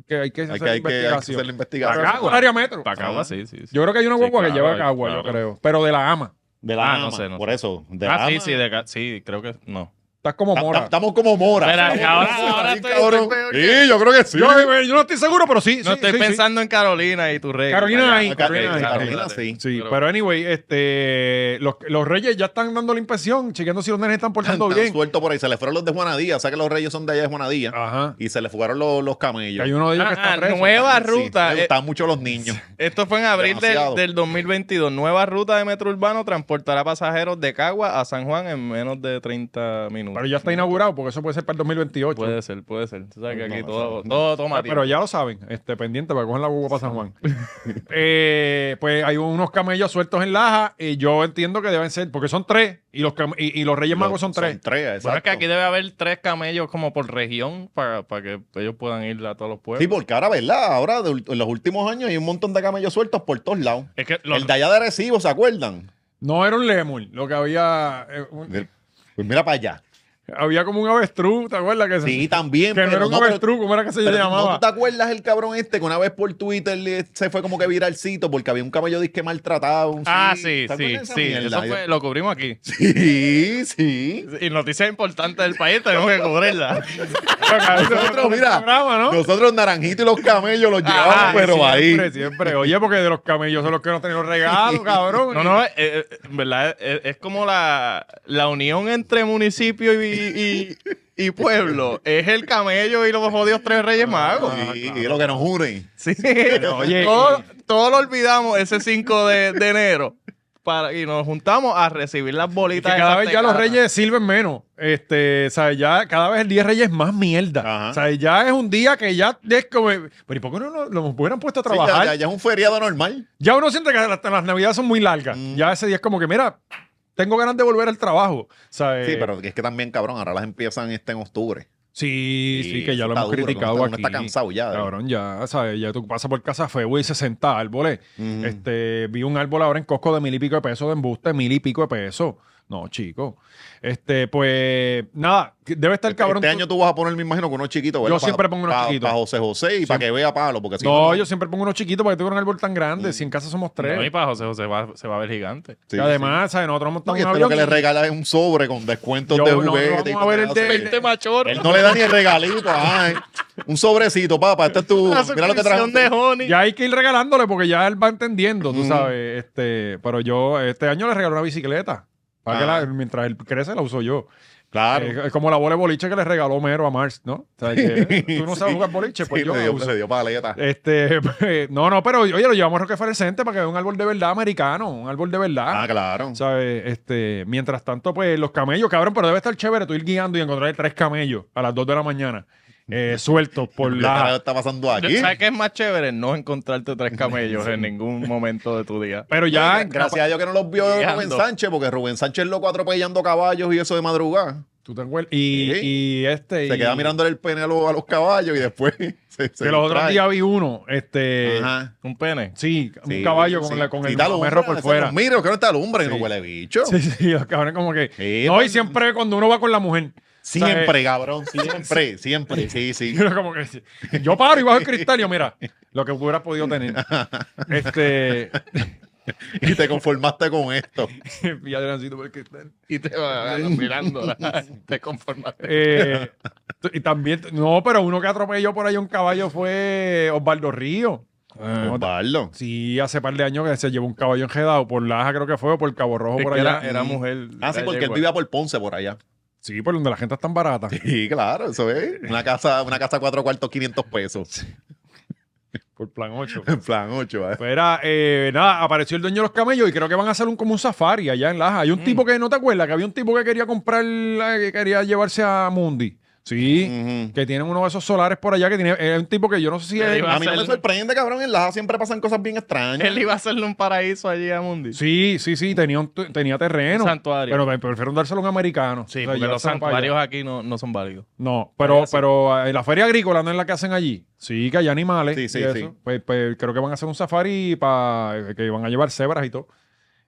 que hay que hacer Hay que, hay que- hay que investigación. hacer la Para investigación. acá, Cagua. el área metro. para Cagua, Ah. sí, sí. sí. Yo creo que hay una Sí, guagua que claro, lleva a Cagua, yo claro. creo. Pero de la ama. De la Ah, ama. no sé, no por sé. eso. De la ah, sí, ama. sí, de ca- sí, creo que no. Estás como Ta- ta- mora. Estamos como mora. Espera, que ahora- ahora Sí, estoy- cabrón. estoy peor Sí, yo creo que sí. Yo, eh, yo no estoy seguro, pero sí. No sí, estoy sí, sí. pensando en Carolina y tu rey. Carolina ahí, ok, Carolina ahí. Carolina sí. Sí, pero, Pero- anyway, este, los, los reyes ya están dando la inspección, chequeando si los nenes están portando Tan bien. suelto por ahí. Se le fueron los de Juanadía. O sea que los reyes son de allá de Juanadía. Ajá. Y se le fugaron los, los Y camellos. hay uno de ellos que Ah, está preso. nueva Sí, ruta. Me eh, gustaban mucho los <laughs> niños. Esto fue en abril del, Demasiado. del 2022. Nueva ruta de metro urbano transportará pasajeros de Cagua a San Juan en menos de 30 minutos. Pero ya está inaugurado, porque eso puede ser para el 2028. Puede ser, puede ser. Tú sabes que No, aquí no, todo, no. todo Ah, toma tiempo. pero ya lo saben, este, pendiente para coger la guagua para San Juan. <laughs> Eh, pues hay unos camellos sueltos en Laja y yo entiendo que deben ser, porque son tres y los, cam- y, y los Reyes Magos son tres. Son tres, Bueno, es que exacto. aquí debe haber tres camellos como por región para, para que ellos puedan ir a todos los pueblos. Sí, porque ahora, ¿verdad? Ahora, de ul- en los últimos años, hay un montón de camellos sueltos por todos lados. Es que los- El de allá de Arecibo, ¿se acuerdan? No era un lemur, lo que había, eh, un- Mira, Pues mira para allá. había como un avestruz, ¿te acuerdas? Que, se- Sí, también. que no era un no, avestruz, ¿cómo era que se pero ¿no llamaba? tú te acuerdas el cabrón este que una vez por Twitter le- se fue como que viralcito porque había un camello disque maltratado? un Ah, ¿Te sí, acuerdas sí, de esa sí. mierda? Eso fue- lo cubrimos aquí. Sí, sí. Y noticias importantes del país tenemos que cubrirla. Nosotros, mira, Programa, ¿no? Ah, nosotros Naranjito y los camellos los llevamos, Ajá, pero siempre, ahí. siempre. Oye, porque de los camellos son los que no tienen los <laughs> regalos, cabrón. No, no, eh, eh, en verdad, eh, es, como la, la unión entre municipio y, y- y pueblo. Es el camello y los jodidos tres reyes magos. Sí, y lo que nos juren. Sí. Ah. oye, todo, todo lo olvidamos ese 5 de, de enero. Para, y nos juntamos a recibir las Que bolitas. cada esas vez ya los tecatas. reyes sirven menos. Este, o sea, ya cada vez el día de reyes es más mierda. Ajá. O sea, ya es un día que ya es como. Pero ¿y por qué no lo, lo hubieran puesto a Sí, ya- trabajar? ya, ya, ya es un feriado normal. uno siente que hasta las navidades son muy largas. Mm. Ya ese día es como que, mira, tengo ganas de volver al trabajo. O sea, Sí, eh, pero es que también, cabrón, ahora las empiezan este en octubre. Sí, sí, que ya eso lo está hemos duro, que criticado uno está- aquí. Uno está cansado ya. de- Cabrón, ya, ¿sabes? Ya tú pasas por Casa Febo y 60 árboles. Ujú. Este, vi un árbol ahora en Costco de mil y pico de pesos de embuste, mil y pico de pesos. No, chico. Este, pues, nada, que debe estar Este, cabrón. este año tú vas a poner, me imagino, con unos chiquitos. ¿verdad? Yo siempre pongo unos chiquitos. Para José José y para que vea palo. Porque si no, yo siempre pongo unos chiquitos para que tengo un árbol tan Mm. grande. Si en casa somos tres. No, y para José José va- se va a ver gigante. pues, Sí, y además, ¿sabes? Nosotros No, montamos que un esto lo avión. que le regala es un sobre con descuentos Yo- de no, no, juguete. y vamos a ver el cosas de- así. Veinte machorros. <laughs> Él no le da ni el regalito. ajá, eh. Un sobrecito, papá. Este <laughs> es tu. Una Mira lo que suscripción trae. de Honey. Ya hay que ir regalándole porque ya él va entendiendo, tú Ujú. sabes. Este, pero yo este año le regalé una bicicleta. Para que Ah. la- mientras él crece la uso yo. Claro. Eh, es como la bola de boliche que le regaló Mero a Mars, ¿no? O sea, que tú no sabes <laughs> Sí. jugar boliche, pues Sí, yo le la dio, uso. se dio paleta. Este, <laughs> pues, no, no, pero oye, lo llevamos a Rockefeller Center para que vea un árbol de verdad americano, un árbol de verdad. Ah, claro. ¿Sabes? Este, mientras tanto, pues los camellos, cabrón, pero debe estar chévere tú ir guiando y encontrar tres camellos a las 2 de la mañana, <laughs> eh, sueltos por ¿Qué la. está pasando aquí? ¿Sabes qué es más chévere? No encontrarte tres <laughs> camellos en ningún momento de tu día. Pero ya. Gracias a Dios que no los vio Llegando. Rubén Sánchez, porque Rubén Sánchez loco atropellando caballos y eso de madrugada. Tú te acuerdas- Y, Sí. y este. Se y- queda mirándole el pene a los, a los caballos y después <laughs> se, se Que los otros distrae. días vi uno, este. Ajá. ¿Un pene? Sí, un Sí, caballo sí. con, la- con Sí, el te alumbra, perro por se fuera. los Mira, que no está alumbra y Sí. no huele bicho. <laughs> Sí, sí, los cabrones como que. Sí, no, y pues, mm. siempre cuando uno va con la mujer. <laughs> Siempre, ¿sabes? cabrón. Siempre, siempre. Sí, sí. Y uno como que, yo paro y bajo el cristal y yo, mira, lo que hubiera podido <laughs> tener. Este. <laughs> Y te conformaste con esto. y Adriancito por el cristal. Y te va mirando. <laughs> te conformaste. Eh, t- y también, no, pero uno que atropelló por ahí a un caballo fue Osvaldo Río. Osvaldo. Sí, hace par de años que se llevó un caballo enjedado por Laja, creo que fue, o por Cabo Rojo, Es por que allá. Era, era mujer. Ah, sí, era porque él yegua. vivía por Ponce, por allá. <laughs> Sí, por donde la gente es tan barata. Sí, claro, eso es. Una casa, una casa cuatro cuartos, 500 pesos. Por plan 8. <laughs> En plan, ocho. ¿eh? Pues era, eh, nada, apareció el dueño de los camellos y creo que van a hacer un, como un safari allá en Laja. Hay un tipo que, ¿no te acuerdas? Que había un tipo que quería comprar, la- que quería llevarse a Mundi. Sí, Ujú. que tienen uno de esos solares por allá que tiene, es un tipo que yo no sé si Que es... iba A mí no me hacer- sorprende, cabrón. En Laja siempre pasan cosas bien extrañas. Él iba a hacerle un paraíso allí a Mundi. Sí, sí, sí, tenía, un- tenía terreno. Un santuario. Pero me prefiero dárselo a un americano. O sea, Sí, porque los llevárselo para allá. santuarios aquí no, no son válidos. No, pero, pero eh, la feria agrícola no es la que hacen allí. Sí, que hay animales. Sí, sí, y eso. sí. Pues, pues creo que van a hacer un safari para que van a llevar cebras y todo.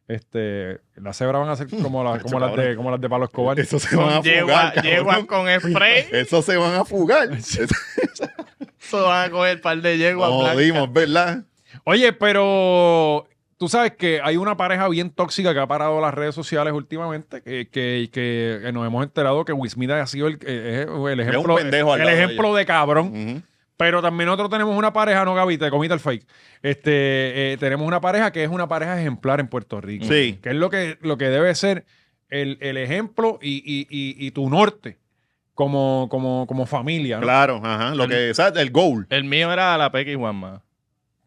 Este, las cebras van a ser como <laughs> las, como las de, como las de Pablo Escobar. Eso se van a Yegua- fugar, Yeguas cabrón. con spray. <laughs> Eso se van a fugar. Eso- Eso van a coger par de yeguas Oh, Nos blancas. jodimos, ¿verdad? Oye, pero tú sabes que hay una pareja bien tóxica que ha parado las redes sociales últimamente, que, que, que- que nos hemos enterado que Wismita ha sido el, eh, eh, el ejemplo, pendejo al el lado de ejemplo de cabrón. Ujú. Pero también nosotros tenemos una pareja, no Gaby, te comiste el fake. Este, eh, tenemos una pareja que es una pareja ejemplar en Puerto Rico. Sí. Que es lo que, lo que debe ser el, el ejemplo y, y- y- y tu norte como, como, como familia. ¿no? Claro, ajá. Lo que, ¿sabes? El goal. El mío era la Peca y Juanma.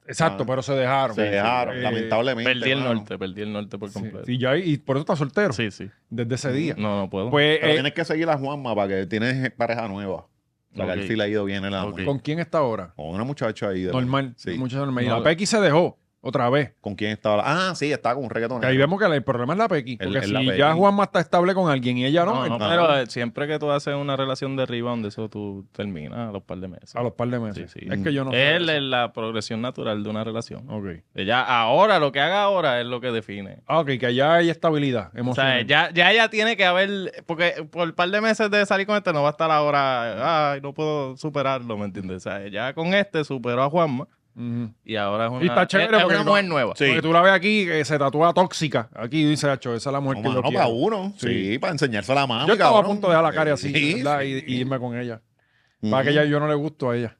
Exacto, Ah. pero se dejaron. Se dejaron, Eh, lamentablemente. Perdí el mano. norte, perdí el norte por sí, completo. y, ya- y por eso estás soltero Sí, Mm-hmm. sí. desde ese día. No, no puedo. Pues, Pero eh, tienes que seguir a Juanma para que tienes pareja nueva. Para que Ok. él sí le ha ido bien el amor. Ok. ¿con quién está ahora? Con una muchacha ahí. de- Normal. Sí. Mucho normal. Y No, la la- Pequi se dejó otra vez. ¿Con quién estaba? la- Ah, sí, estaba con un reggaetonero. Que ahí vemos que el problema es la Pequi. El- Porque el si la Pequi. ya Juanma está estable con alguien y ella no, no, no, entonces, pero eh, siempre que tú haces una relación de rebound, eso tú terminas a los par de meses. a los par de meses. Sí, sí. Es que yo no sé Él eso. es la progresión natural de una relación. Ok. Ella ahora, lo que haga ahora es lo que define. Ah, ok, que allá hay estabilidad O sea, emocional. ya, ya ella tiene que haber, porque por un par de meses de salir con este no va a estar ahora, ay, no puedo superarlo, ¿me entiendes? O sea, ya con este superó a Juanma Ujú. y ahora es una, Y está chévere es- es porque una no- mujer nueva. Sí. Porque tú la ves aquí, que se tatúa tóxica. Aquí dice, Hacho, esa es la mujer No, que yo mano, quiero". para uno. Sí, Sí. para enseñársela a la mami, Yo estaba a cabrón. punto de dejar la cara así, Sí, ¿verdad? sí. Y, y irme con ella. Ujú. Para que ella yo no le gusto a ella.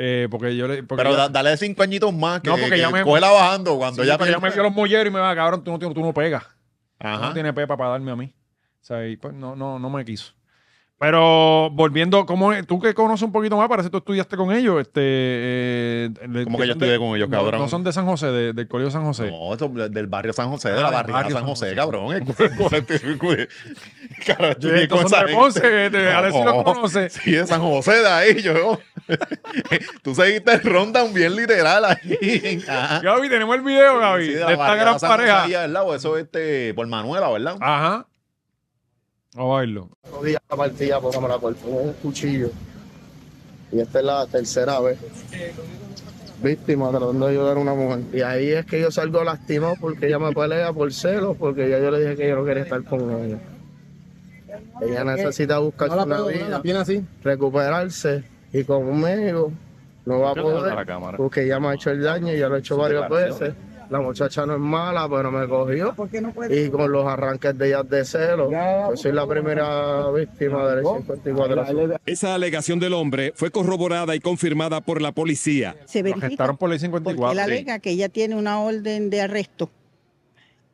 Eh, porque yo le... Porque Pero ella, da- dale cinco añitos más. Que, No, porque que ya me- cógela bajando cuando Sí, ya porque ella me vio los molleros y me va, cabrón, tú no, tú no pegas. Tú Ajá. No tiene pepa para darme a mí. O sea, y pues no, no, no me quiso. Pero volviendo, ¿cómo es? tú que conoces un poquito más, parece que tú estudiaste con ellos. Este, eh, le- Como que yo son de- estudié con ellos, no- cabrón. No, son de San José, de- del Colegio San José. No, esto es del barrio San José, Ah, de la del barriada barrio San San José, José. <laughs> cabrón. eh, <laughs> cu- cu- cu- cu- Cara, Sí, yo ni estos con son de esa gente. Ponce, este, Alexis los No, conoce. Sí, de San José de ahí, yo. <laughs> Tú seguiste el rundown bien literal ahí. Ajá. Gaby, tenemos el video, Gaby, Sí, de, la esta barriada gran San José pareja. Ah, ahí al lado, eso este, por Manuela, ¿verdad? Ajá. Vamos a verlo. rodilla partida, póngame la cuerpo, un cuchillo. y esta es la tercera vez. Víctima tratando de ayudar a una mujer. Y ahí es que yo salgo lastimado porque ella me pelea por celos, porque ya yo le dije que yo no quería estar con ella. Ella necesita buscar la una puedo poner vida, la pierna así. recuperarse y conmigo no va a ¿Por qué le das a la poder cámara? porque ella me ha hecho el daño, ya lo he hecho Son varias veces. declaraciones. La muchacha no es mala, pero me cogió ¿Por qué no puedes? y con los arranques de ellas de celo. Yo soy la primera víctima del 54 azul. Esa alegación del hombre fue corroborada y confirmada por la policía. se Lo verifica arrestaron por ley porque 54. él sí. alega que ella tiene una orden de arresto.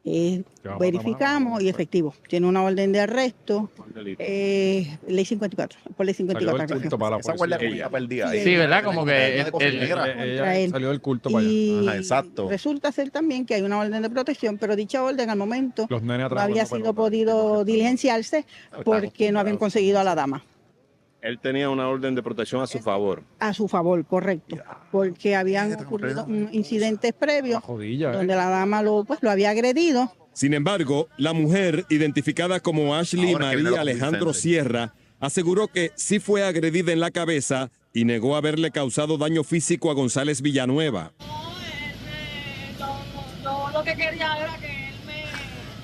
Eh, Te va Ah, a pues. matar, verificamos mano. y efectivo. Tiene una orden de arresto, Delito. eh, ley 54, por ley Salió 54. del culto para la Esa policía. guardia pública perdida. Sí, ahí. Sí, ¿verdad? Como que Una el- cosa el- negra. Ella- ella Contra él. salió del culto para allá. Y Ajá, exacto. resulta ser también que hay una orden de protección, pero dicha orden al momento Los nenes no atrás. había jugando sido pelota. podido diligenciarse porque no habían conseguido a la dama. Él tenía una orden de protección a su favor. A su favor, correcto, porque habían ocurrido mm, incidentes previos La jodilla. eh. donde la dama lo, pues, lo había agredido Sin embargo, la mujer, identificada como Ashley Ahora es que viene María lo Alejandro convincente. Sierra, aseguró que sí fue agredida en la cabeza y negó haberle causado daño físico a González Villanueva. Yo lo que quería era que él me,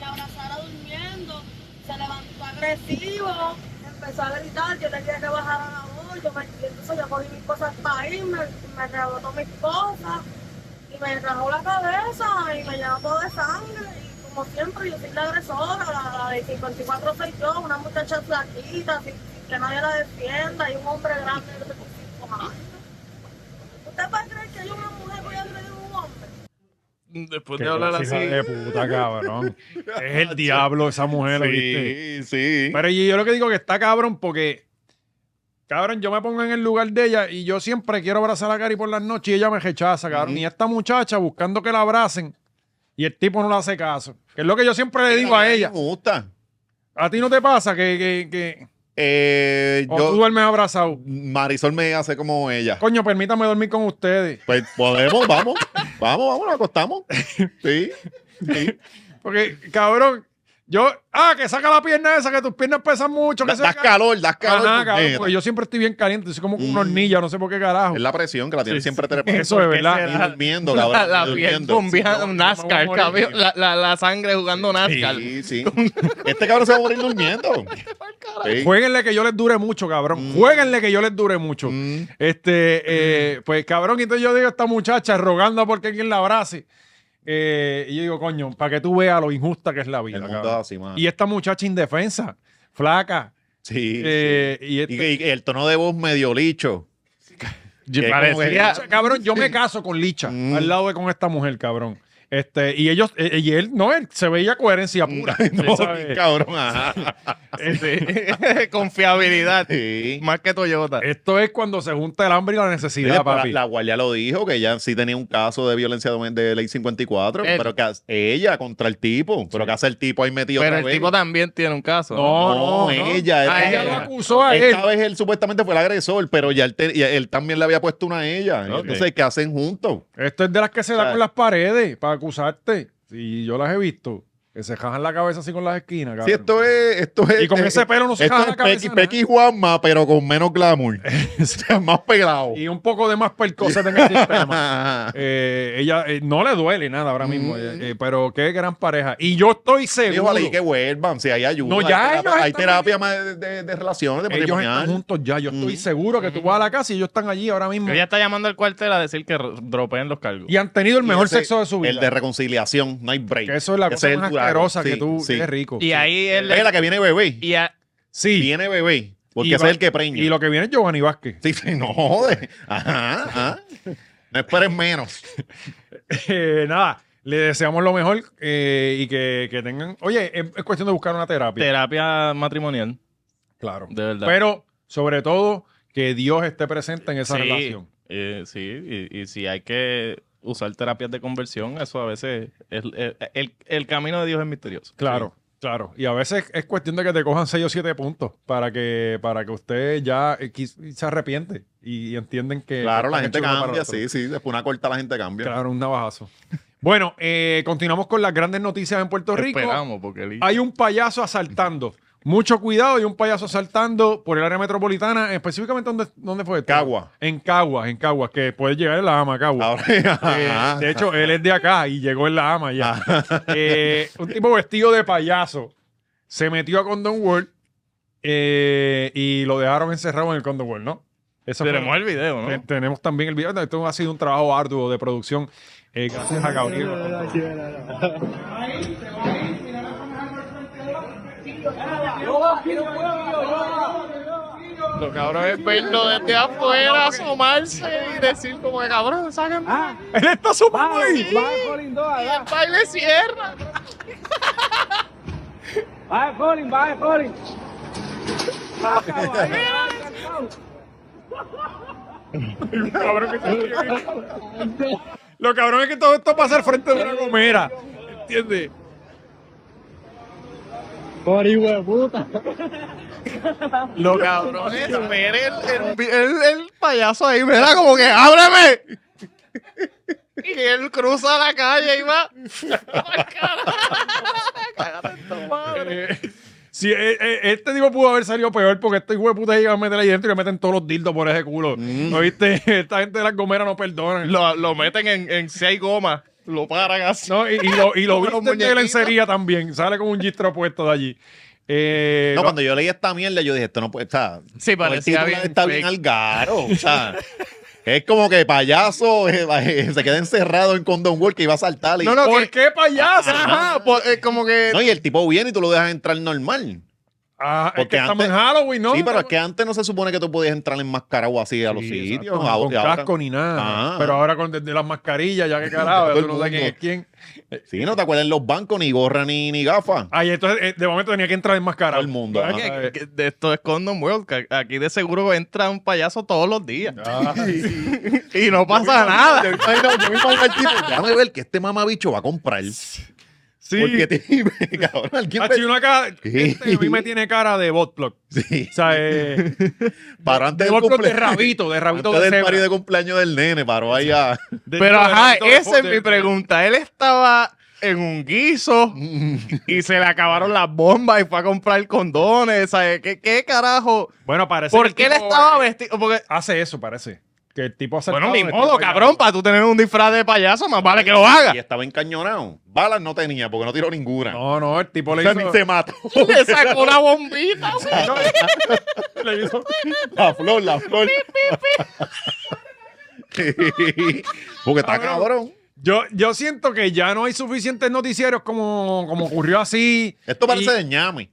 me abrazara durmiendo, se levantó agresivo, empezó a gritar, yo tenía que bajar a la voz, yo me, y entonces yo cogí mis cosas para ir, me, me rebotó mis cosas y me rajó la cabeza y me llenó todo de sangre y como siempre yo soy la agresora, la, la de 54 soy yo, una muchacha flaquita, sin, sin que nadie la defienda y un hombre grande de 35 años. ¿Usted va a creer que yo una mujer voy a agredir a un hombre? Después Qué de hablar clase así. eh, de puta, cabrón. es el diablo esa mujer, ¿viste? Sí, sí. Pero y yo lo que digo que está cabrón porque, cabrón, yo me pongo en el lugar de ella y yo siempre quiero abrazar a Cari por las noches y ella me rechaza, cabrón. Y esta muchacha buscando que la abracen y el tipo no le hace caso. Que es lo que yo siempre le digo a ella. Me gusta. ¿A ti no te pasa que, que, que Eh, o tú yo, duermes abrazado? Marisol me hace como ella. Coño, permítame dormir con ustedes. Pues podemos, vamos. Vamos, vamos, nos acostamos. Sí. sí. Porque, cabrón, yo... Ah, que saca la pierna esa, que tus piernas pesan mucho. Que Da- se das calor, das calor. Ajá, cabrón, puñeta. porque yo siempre estoy bien caliente, soy como Mm. una hornilla, no sé por qué carajo. Es la presión que la tiene Sí, siempre sí. trepando. Eso es verdad. Y durmiendo, La, cabrón. la piel durmiendo. bombeando Sí, no, NASCAR, no me voy a morir. cabrón. la, la, la sangre jugando NASCAR. Sí, sí. Este cabrón se va a morir durmiendo. Sí. Jueguenle que yo les dure mucho, cabrón. Mm. Jueguenle que yo les dure mucho. Mm. Este, eh, pues cabrón, y entonces yo digo a esta muchacha rogando porque alguien la abrace. Eh, y yo digo, coño, para que tú veas lo injusta que es la vida. El mundo es cabrón. así, mano. Y esta muchacha indefensa, flaca. Sí. eh, y este- Y, que- y el tono de voz medio licho. Yo Es como parecía- Licha, cabrón, yo me caso con Licha Mm. al lado de con esta mujer, cabrón. Este, y ellos, eh, y él, no, él se veía coherencia pura. Mm. <laughs> No, ¿sabes? cabrón. ajá. Sí. Confiabilidad. Sí. Más que Toyota. <laughs> Esto es cuando se junta el hambre y la necesidad, Oye, papi. La, la guardia lo dijo, que ella sí tenía un caso de violencia domen- de ley 54, Él. pero que hace- ella contra el tipo, pero que hace el tipo ahí metido Pero otra el vez. tipo también tiene un caso. No, No, no, no. ella. Ah, Ella ella, lo ella. acusó a él. Esta vez él supuestamente fue el agresor, pero ya él, te- ya él también le había puesto una a ella. Ok. Entonces, ¿qué hacen juntos? Esto es de las que se O da sea- con las paredes para acusarte. Y yo las he visto. Que se jajan la cabeza así con las esquinas, cabrón. Si esto es, esto es. eh, Y con ese pelo no se esto jaja es la cabeza. Pequi, nada. Pequi Juanma, pero con menos glamour. <laughs> <laughs> O sea, más pelado. Y un poco de más percocet en el sistema. <laughs> Ajá. Eh, ella eh, no le duele nada ahora mismo, Mm. eh, eh, pero qué gran pareja. Y yo estoy seguro. Dijo, ojalá y que vuelvan, si hay ayuda. No, hay ya terapia- ellos hay están- terapia más de, de- de relaciones, de ellos están matrimonial. juntos ya. Yo estoy Mm. seguro que tú vas a la casa y ellos están allí ahora mismo. Ella está llamando al cuartel a decir que r- dropeen los cargos. Y han tenido el Y mejor ese- sexo de su vida. El de reconciliación, no hay break. que eso es la Ese cosa es el más durago. asquerosa que Sí, tú. sí. Qué rico. Y ahí él. Ve la que viene bebé. y a- sí. Viene bebé. Porque Y ese va- es el que preña. Y lo que viene es Giovanni Vázquez. Sí, sí, no jodes. Ajá, ajá. No esperes menos. Eh, nada, le deseamos lo mejor eh, y que, que tengan. Oye, es, es cuestión de buscar una terapia. terapia matrimonial. claro. De verdad. Pero, sobre todo, que Dios esté presente en esa Sí, relación. eh, sí, y, y si hay que usar terapias de conversión, eso a veces. es- el, el- el camino de Dios es misterioso. Claro, claro. Y a veces es cuestión de que te cojan 6 o 7 puntos para que, para que usted ya eh, quiz- se arrepiente y, entienden que. Claro, la están gente hechos uno para cambia, el otro. sí, sí. Después de una corta la gente cambia. Claro, un navajazo. bueno, eh, continuamos con las grandes noticias en Puerto Rico. Esperamos, porque el- Hay un payaso asaltando Mucho cuidado y un payaso saltando por el área metropolitana, específicamente dónde, dónde fue esto? Cagua. En Caguas, en Caguas, que puede llegar en la ama, Caguas. Ahora, Eh, <laughs> ajá. Ah. de hecho, él es de acá y llegó en la ama ya. Eh, un tipo vestido de payaso se metió a Condon World eh, y lo dejaron encerrado en el Condon World, ¿no? Eso fue- Tenemos el video, Te- ¿no? Eh, Tenemos también el video. Esto ha sido un trabajo arduo de producción. Eh, gracias a Gabriel. Lo cabrón es verlo desde afuera, asomarse y decir como de cabrón, sáquenme. Él está sumando ahí. y el baile cierra. Cabrón, que se ríe. Lo cabrón es que todo esto pasa al frente de una gomera. ¿Entiendes? Lo cabrón es ver el, el, el- el payaso ahí, ¿verdad? Como que ábreme. Y él cruza la calle y va. Cágate en tu madre. Si este tipo pudo haber salido peor porque este hijo de puta llega a meter ahí dentro y le meten todos los dildos por ese culo. ¿Oíste? <laughs> Esta gente de las gomeras no perdonan. Lo, lo meten en, en seis gomas, lo paran así. No, y, y lo, <laughs> y lo Los visten de muñequitos. lencería también. Sale con un gistro puesto de allí. Eh, No, lo- cuando yo leí esta mierda, yo dije, esto no puede estar. Sí, parecía bien Está bien fake. al garo. O sea, es como que payaso <laughs> eh, eh, se queda encerrado en Condom World que iba a saltar. Y, No, no, ¿Por que- qué payaso? Ajá, por- eh, como que. No, y el tipo viene y tú lo dejas entrar normal. Ah, es que Porque estamos antes- en Halloween, ¿no? sí, pero es que antes no se supone que tú podías entrar en mascarado así a los Sí, sitios. exacto, Ahora- con ahora- casco ni nada. Ah. Pero ahora con desde las mascarillas, ya que carajo, <laughs> Todo ya el tú no sabes quién mundo. es quién. Sí, no te acuerdas en los bancos, ni gorra ni, ni gafas. Ay, entonces eh, de momento tenía que entrar en mascarado. Todo el mundo, Ah, ajá. eh, que- que de esto es Condom World. que Aquí de seguro entra un payaso todos los días. <laughs> y no pasa <laughs> nada. Yo, ay, no, yo me imagino al tipo, déjame ver que este mamabicho va a comprar. Sí. Porque te- <laughs> cabrón, alguien Ah, me- sí, una cara, Sí. este a mí me tiene cara de botplug. Sí. O sea, eh, Paró antes de del botplug de cumpleaños. rabito, de rabito <laughs> Antes de del cebra. party de cumpleaños del nene, paró ahí a... De- Pero de ajá, rabito de- esa es de- mi pregunta. Él estaba en un guiso y se le acabaron las bombas y fue a comprar condones. ¿sabes? ¿Qué, qué carajo? Bueno, parece que ¿Por el qué él tipo, estaba eh, vestido? Porque, Hace eso, parece. Que el tipo hace. bueno, ni modo, cabrón, para tú tener un disfraz de payaso, más vale que lo Y haga. estaba encañonado. Balas no tenía porque no tiró ninguna. No, no, el tipo le Se- hizo. <laughs> Se mató. <laughs> Le sacó una bombita. güey. le hizo- La flor, <laughs> la flor. <laughs> porque está cabrón. Yo, yo siento que ya no hay suficientes noticieros como, como ocurrió así. Esto parece Y- de ñame.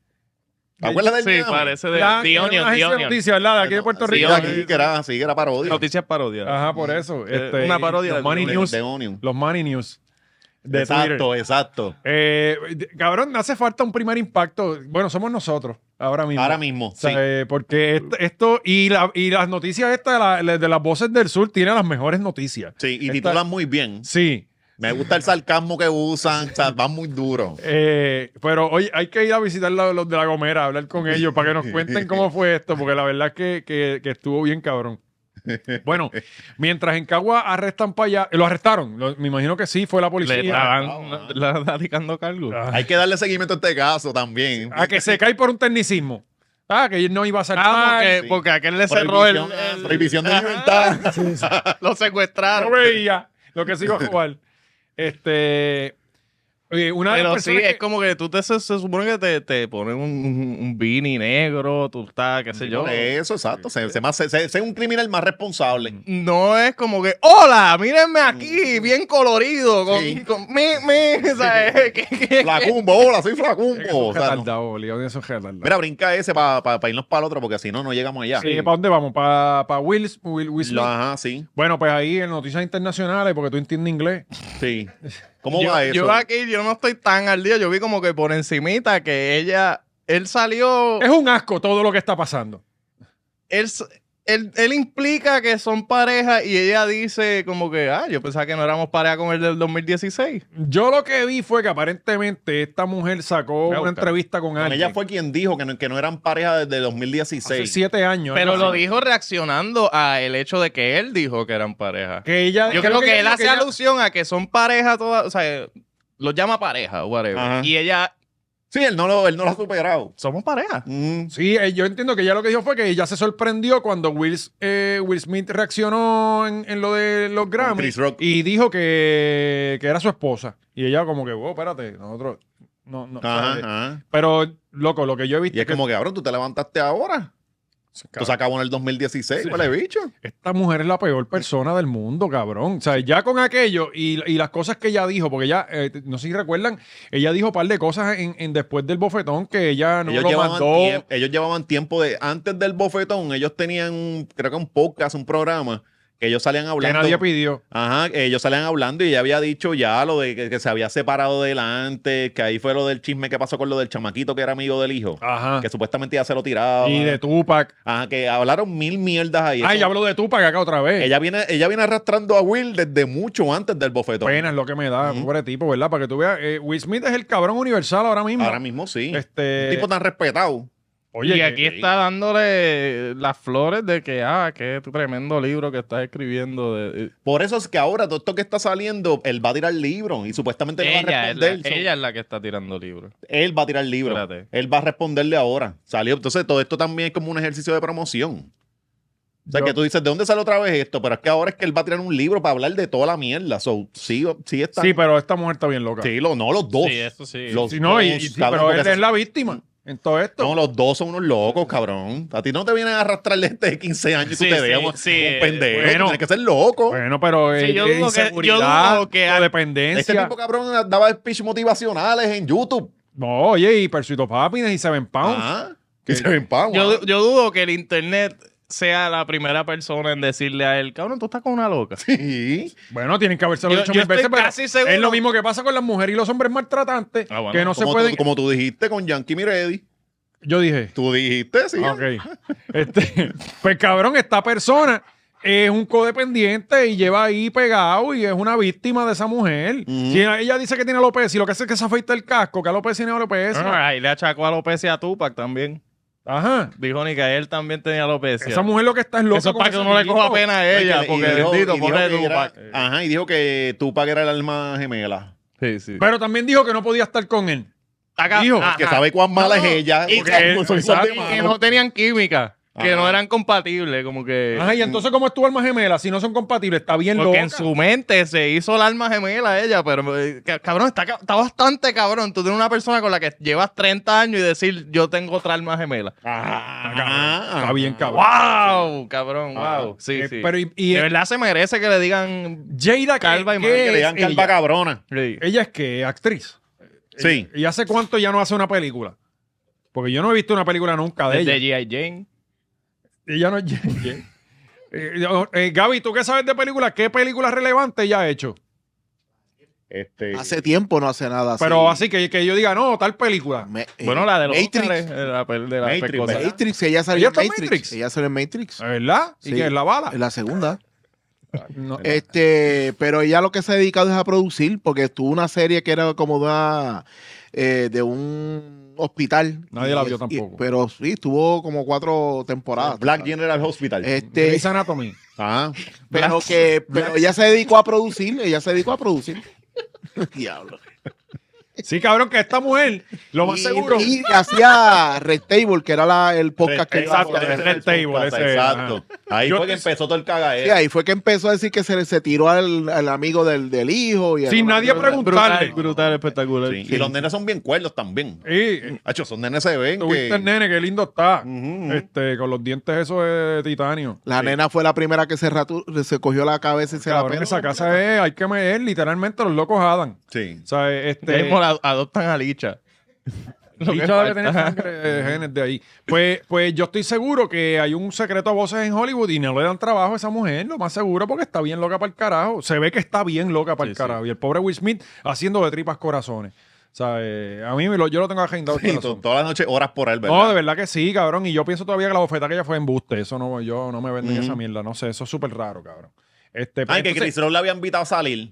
¿Te acuerdas del Sí, ñame? parece de la- The era una Onion, The agencia de Onion. noticias, ¿verdad? De aquí de Puerto Sí, Rico. de aquí, que era así, que era parodia. Noticias parodias. Ajá, por eso. Eh, Este, una y parodia Los del Money De- News. de Onion. Los Money News. De Twitter. Exacto, exacto. Eh, de- cabrón, hace falta un primer impacto. Bueno, somos nosotros ahora mismo. Ahora mismo. O sea, eh, porque est- esto y, la- y las noticias estas la- la- de las voces del sur tienen las mejores noticias. Sí, y Esta- titulan muy bien. Sí. Me gusta el sarcasmo que usan, o sea, van muy duro. eh, pero hoy hay que ir a visitar la- los de La Gomera, a hablar con ellos para que nos cuenten cómo fue esto, porque la verdad es que, que- que estuvo bien cabrón. Bueno, mientras en Cagua arrestan para allá, lo arrestaron, lo- me imagino que sí, fue la Le policía. estaban le estaban radicando cargo. Ah. Hay que darle seguimiento a este caso también. A que se cae por un tecnicismo. Ah, que no iba a saltar. Ah, porque, sí. porque aquel le cerró el. Prohibición, ah, el- prohibición de Ajá. <laughs> libertad. Lo secuestraron. no veía lo que se iba a jugar. Este. oye, una de las Pero sí, personas es que- como que tú te se, se supone que te, te ponen un, un, un beanie negro, tú estás, qué sé yo. Por eso, exacto. Sé, sé más- sé- sé- sé un criminal más Mm. responsable. No es como que, hola, mírenme aquí, bien colorido, con, Mm. Sí. con mi, mi, <laughs> ¿sabes? Que- que- Flacumbo, hola, soy Es que flacumbo. son O sea, no. retardados, Bolívar, esos retardados. Mira, brinca ese para irnos para el otro, porque si no, no llegamos allá. Sí, ¿Para dónde vamos? ¿Para Will, Will, Will Smith? Lo- ajá, sí. Bueno, pues ahí en noticias internacionales, porque tú entiendes inglés. Sí. ¿Cómo yo, va eso? yo aquí, yo no estoy tan al día, yo vi como que por encimita que ella, él salió, Es un asco todo lo que está pasando. él, s- él, él implica que son pareja y ella dice como que, ah, yo pensaba que no éramos pareja con el del 2016. Yo lo que vi fue que aparentemente esta mujer sacó Voy a una buscar. entrevista con Bueno, alguien. ella fue quien dijo que no, que no eran pareja desde hace 2016. siete años. Pero algo lo así. dijo reaccionando a el hecho de que él dijo que eran pareja. Que ella, Yo creo que, él ella- hace ella- alusión a que son pareja todas, o sea, los llama pareja o whatever. Ajá. Y ella Sí, él no lo, él no lo ha superado. Somos pareja. Mm. Sí, eh, yo entiendo que ella lo que dijo fue que ella se sorprendió cuando Will, eh, Will Smith reaccionó en, en lo de los Grammys Chris Rock. y dijo que, que era su esposa. Y ella como que, wow, espérate, nosotros... No, no, Ajá, ¿sabes? ajá. Pero, loco, lo que yo he visto... Y es como que, cabrón, tú te levantaste ahora. Tú se acabó en el 2016, vale bicho. Esta mujer es la peor persona del mundo, cabrón. O sea, ya con aquello y, y las cosas que ella dijo, porque ella, eh, no sé si recuerdan, ella dijo un par de cosas en, en después del bofetón que ella no ellos, lo llevaban mandó. tiemp- ellos llevaban tiempo de. Antes del bofetón, ellos tenían, un- creo que un podcast, un programa, que ellos salían Que hablando. nadie pidió. Ajá, ellos salían hablando y ella había dicho ya lo de que, que se había separado de él antes, que ahí fue lo del chisme que pasó con lo del chamaquito que era amigo del hijo, Ajá. que supuestamente ya se lo tiraba. Ah. Y de Tupac. Ajá, que hablaron mil mierdas ahí. Ay, Eso- ya habló de Tupac acá otra vez. ella viene, ella viene arrastrando a Will desde mucho antes del bofetón. Pena es lo que me da, Ujú. pobre tipo, ¿verdad? Para que tú veas, eh, Will Smith es el cabrón universal ahora mismo. Ahora mismo sí. Este, Un tipo tan respetado. oye, y que- aquí está dándole las flores de que, ah, qué tremendo libro que estás escribiendo. De, Por eso es que ahora todo esto que está saliendo, él va a tirar libro y supuestamente le va a ella, es la, responder. So, ella es la que está tirando libros. Él va a tirar libro. Espérate. Él va a responderle ahora. Salió. Entonces, todo esto también es como un ejercicio de promoción. O sea, Yo- que tú dices, ¿de dónde sale otra vez esto? Pero es que ahora es que él va a tirar un libro para hablar de toda la mierda. So, sí, sí está. Sí, pero esta mujer está bien loca. Sí, lo- no, los dos. Sí, eso sí. Los Sí, no, y- y- dos, sí, cabrón, pero él porque es la víctima en todo esto. No, los dos son unos locos, cabrón. A ti no te vienen a arrastrar de 15 años y tú Sí, te sí, veas un- sí. un pendejo. Bueno. Tienes que ser loco. Bueno, pero Sí, eh, yo eh, dudo que- yo inseguridad, dudo que- o Este dependencia. tipo, cabrón, daba speech motivacionales en YouTube. No, oye, y Persuito Papines y Seven Pounds. Ah, que se ven pan, Yo, guau. yo dudo que el internet sea la primera persona en decirle a él, cabrón, tú estás con una loca. Sí. Bueno, tienen que haberse lo Yo- dicho yo mil veces, estoy pero casi seguro- es lo mismo que pasa con las mujeres y los hombres maltratantes, Ah, bueno. que no se como, pueden... tú, como tú dijiste con Yankee Miredi. Yo dije... Tú dijiste, sí. Ok. Este, <laughs> pues cabrón, esta persona es un codependiente y lleva ahí pegado y es una víctima de esa mujer. Ujú. Si ella dice que tiene alopecia y lo que hace es que se afeita el casco, que alopecia no alopecia. Ah, ahí le achacó alopecia a Tupac también. Ajá. Dijo ni que él también tenía alopecia. Esa mujer lo que está es loca. Eso es con para que ese uno le tipo. coja pena a ella, Y porque dijo- bendito, y dijo pobre que era- Tupac. Ajá, y dijo que Tupac era el alma gemela. Sí, sí. Pero también dijo que no podía estar con él. Acá- dijo, ajá. Que sabe cuán mala No, es ella. y porque que- son hijos de Y mano. que no tenían química, que Ajá. no eran compatibles, como que... Ajá, y entonces, ¿cómo es tu alma gemela? Si no son compatibles, está bien Porque loca. en su mente se hizo el alma gemela a ella, pero eh, ca- cabrón, está, ca- está bastante cabrón. Tú tienes una persona con la que llevas 30 años y decir, yo tengo otra alma gemela. Ah, Ajá, Está ajá. bien, cabrón. ¡Wow! Cabrón, Ah, wow. Sí, Eh, sí. Pero y, y- de verdad se merece que le digan... Jada, Calva ¿qué, y madre qué Que le es digan calva ella? cabrona. Sí. ella es que actriz. Sí. ¿Y hace cuánto ya no hace una película? Porque yo no he visto una película nunca de Desde ella. G.I. Jane. Ella no <laughs> es Jenny. Eh, eh, Gaby, ¿tú qué sabes de películas? ¿Qué películas relevantes ella ha hecho? Este, Hace tiempo no hace nada así. Pero así que, que yo diga, no, tal película. Me- eh, Bueno, la de los Matrix. Óscares, de la, pel- de la Matrix, pescosa. ¿verdad? Matrix, ella salió ¿Ella está en en Matrix. Matrix? Ella salió en Matrix. ¿Verdad? ¿Y Sí. que es la bala? Eh, En <laughs> la segunda. No, Este, pero ella lo que se ha dedicado es a producir, porque estuvo una serie que era como de, una, eh, de un hospital. Nadie la Y- vio y- tampoco. pero sí, estuvo como cuatro temporadas. Black General Hospital. Este, Grey's Anatomy. Ajá. pero que, pero ella se dedicó a producir, ella se dedicó a producir. <laughs> Diablo. Sí, cabrón, que esta mujer, lo más Y- seguro. Y, hacía Red Table, que era la- el podcast que Exacto, iba a hacer. el Red Table, ese, Exacto. Ahí Yo- fue que empezó todo el Sí, cagadero. ahí fue que empezó a decir que se, se tiró al, al amigo del, del hijo. Y a- Sin nadie preguntarle. Brutal, brutal, espectacular. Sí, Y los nenes son bien cuerdos también. Y Hacho, son nenes se ven Eh, tuviste el que... nene, qué lindo está. Ujú. Este, con los dientes esos de titanio. La nena fue la primera que se, ratu- se cogió la cabeza y se la Cabrón, peló. esa casa es, hay que meter, literalmente los locos jadan. Sí. O sea, Ahí este. mismo la- adoptan a Licha. Lo que Bicho debe falta. tener <laughs> sangre, eh, genes de ahí. Pues, pues yo estoy seguro que hay un secreto a voces en Hollywood y no le dan trabajo a esa mujer, lo más seguro, porque está bien loca para el carajo. Se ve que está bien loca para el Sí, sí. carajo. Y el pobre Will Smith haciendo de tripas corazones. O sea, eh, a mí me lo- yo lo tengo agendado. el Sí, corazón. to- toda la noche horas por él, ¿verdad? Pues No, de verdad que sí, cabrón. Y yo pienso todavía que la bofeta que ella fue embuste. Eso no, yo no me venden esa mierda. No sé, eso es súper raro, cabrón. Este, Ay, que entonces- Chris Rock le había invitado a salir.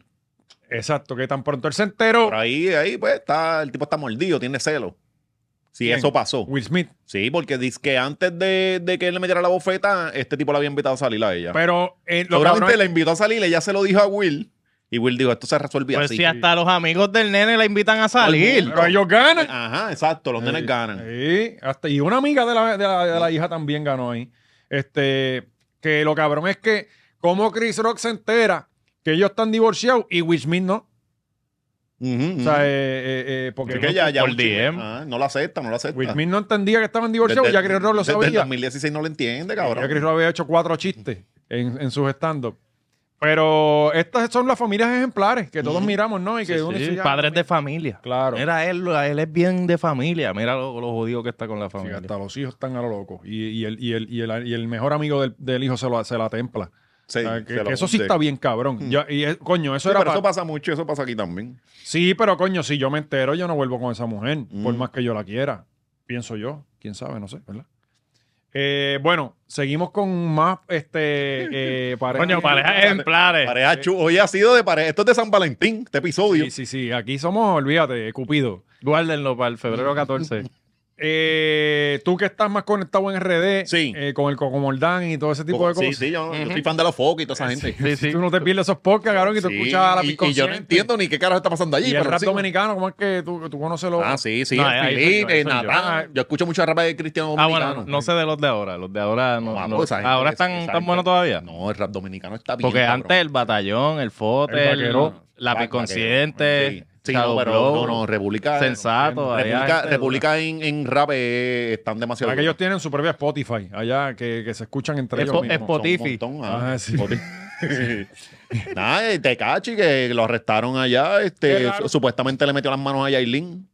Exacto, que tan pronto él se enteró. Por ahí, ahí, pues, está, el tipo está mordido, tiene celo. Sí, ¿Quién? eso pasó. Will Smith. Sí, porque dice que antes de, de que él le metiera la bofeta, este tipo le había invitado a salir a ella. Pero eh, lo Seguramente cabrón es- le invitó a salir, ella se lo dijo a Will. Y Will dijo, esto se resuelve Pues así. si hasta los amigos del nene la invitan a salir. Pero ellos ganan. Ajá, exacto, los Eh, nenes ganan. Sí, hasta, y una amiga de la, de, la, de la hija también ganó ahí. Este, que lo cabrón es que, como Chris Rock se entera que ellos están divorciados y Will Smith no. Ujú, O sea, ujú. eh, eh, eh, porque Es que ya, ya por un chico- DM. ah, no lo acepta, no lo acepta. Will Smith no entendía que estaban divorciados, ya Chris Rock lo desde el sabía. 2016 no lo entiende, Ya cabrón. Chris Rock había hecho cuatro chistes en, en sus stand-up. Pero estas son las familias ejemplares que todos Ujú. miramos, ¿no? Y que uno dice, Sí, ya, padres de familia. Claro. Mira, él, él es bien de familia. Mira lo, lo jodido que está con la Sí, familia. hasta los hijos están a lo loco. Y, y el, y, el, y, el, y el mejor amigo del, del hijo se, lo, se la templa. Sí, O sea, que- se lo que eso sí apunté. Mm. está bien, cabrón. Ya- y es- coño, eso Sí, era. pero eso pa- pasa mucho, eso pasa aquí también. Sí, pero coño, si yo me entero, yo no vuelvo con esa mujer, por Mm. más que yo la quiera. Pienso yo. Quién sabe, no sé, ¿verdad? Eh, bueno, seguimos con más este <laughs> eh, pareja. Coño, pareja ejemplares. Pareja chu- hoy ha sido de pareja. Esto es de San Valentín, este episodio. Sí, sí, sí. Aquí somos, olvídate, Cupido. Guárdenlo para el febrero 14. Eh, tú que estás más conectado en RD, Sí. eh, con el Cocomordán y todo ese tipo de Sí, cosas. sí, yo, yo soy fan de los focos y toda esa <laughs> gente. Sí, sí. Tú no te pierdes esos podcasts, cabrón, y te Sí, escuchas a la y- y, yo no Piconsciente. entiendo ni qué carajo está pasando allí. Y el pero rap sí. dominicano, ¿cómo es que tú, tú conoces los... Ah, sí, sí. No, el ahí Filín, soy yo, ahí el soy yo. Natán. Yo. escucho mucho rap de cristiano Ah, dominicano. bueno, no sé de los de ahora. Los de ahora no. Vamos, no- pues, esa gente ahora es- esa están tan gente- buenos todavía. No, el rap dominicano está bien. Porque cabrón. antes el batallón, el fote, El vaquero. la Vaquero. piconsciente, Sí, sí no, Shadow pero Blow, no, no, República. sensato. allá República, gente- República en, en rap eh, están demasiado. Para que ellos tienen su propia Spotify allá, que, que se escuchan entre Es ellos po- mismos. es po- Spotify. Son un montón, ah. Ah, sí. Spotify. <laughs> Nada, el Tecachi que lo arrestaron allá, Qué este, raro. su- supuestamente le metió las manos a Yailin.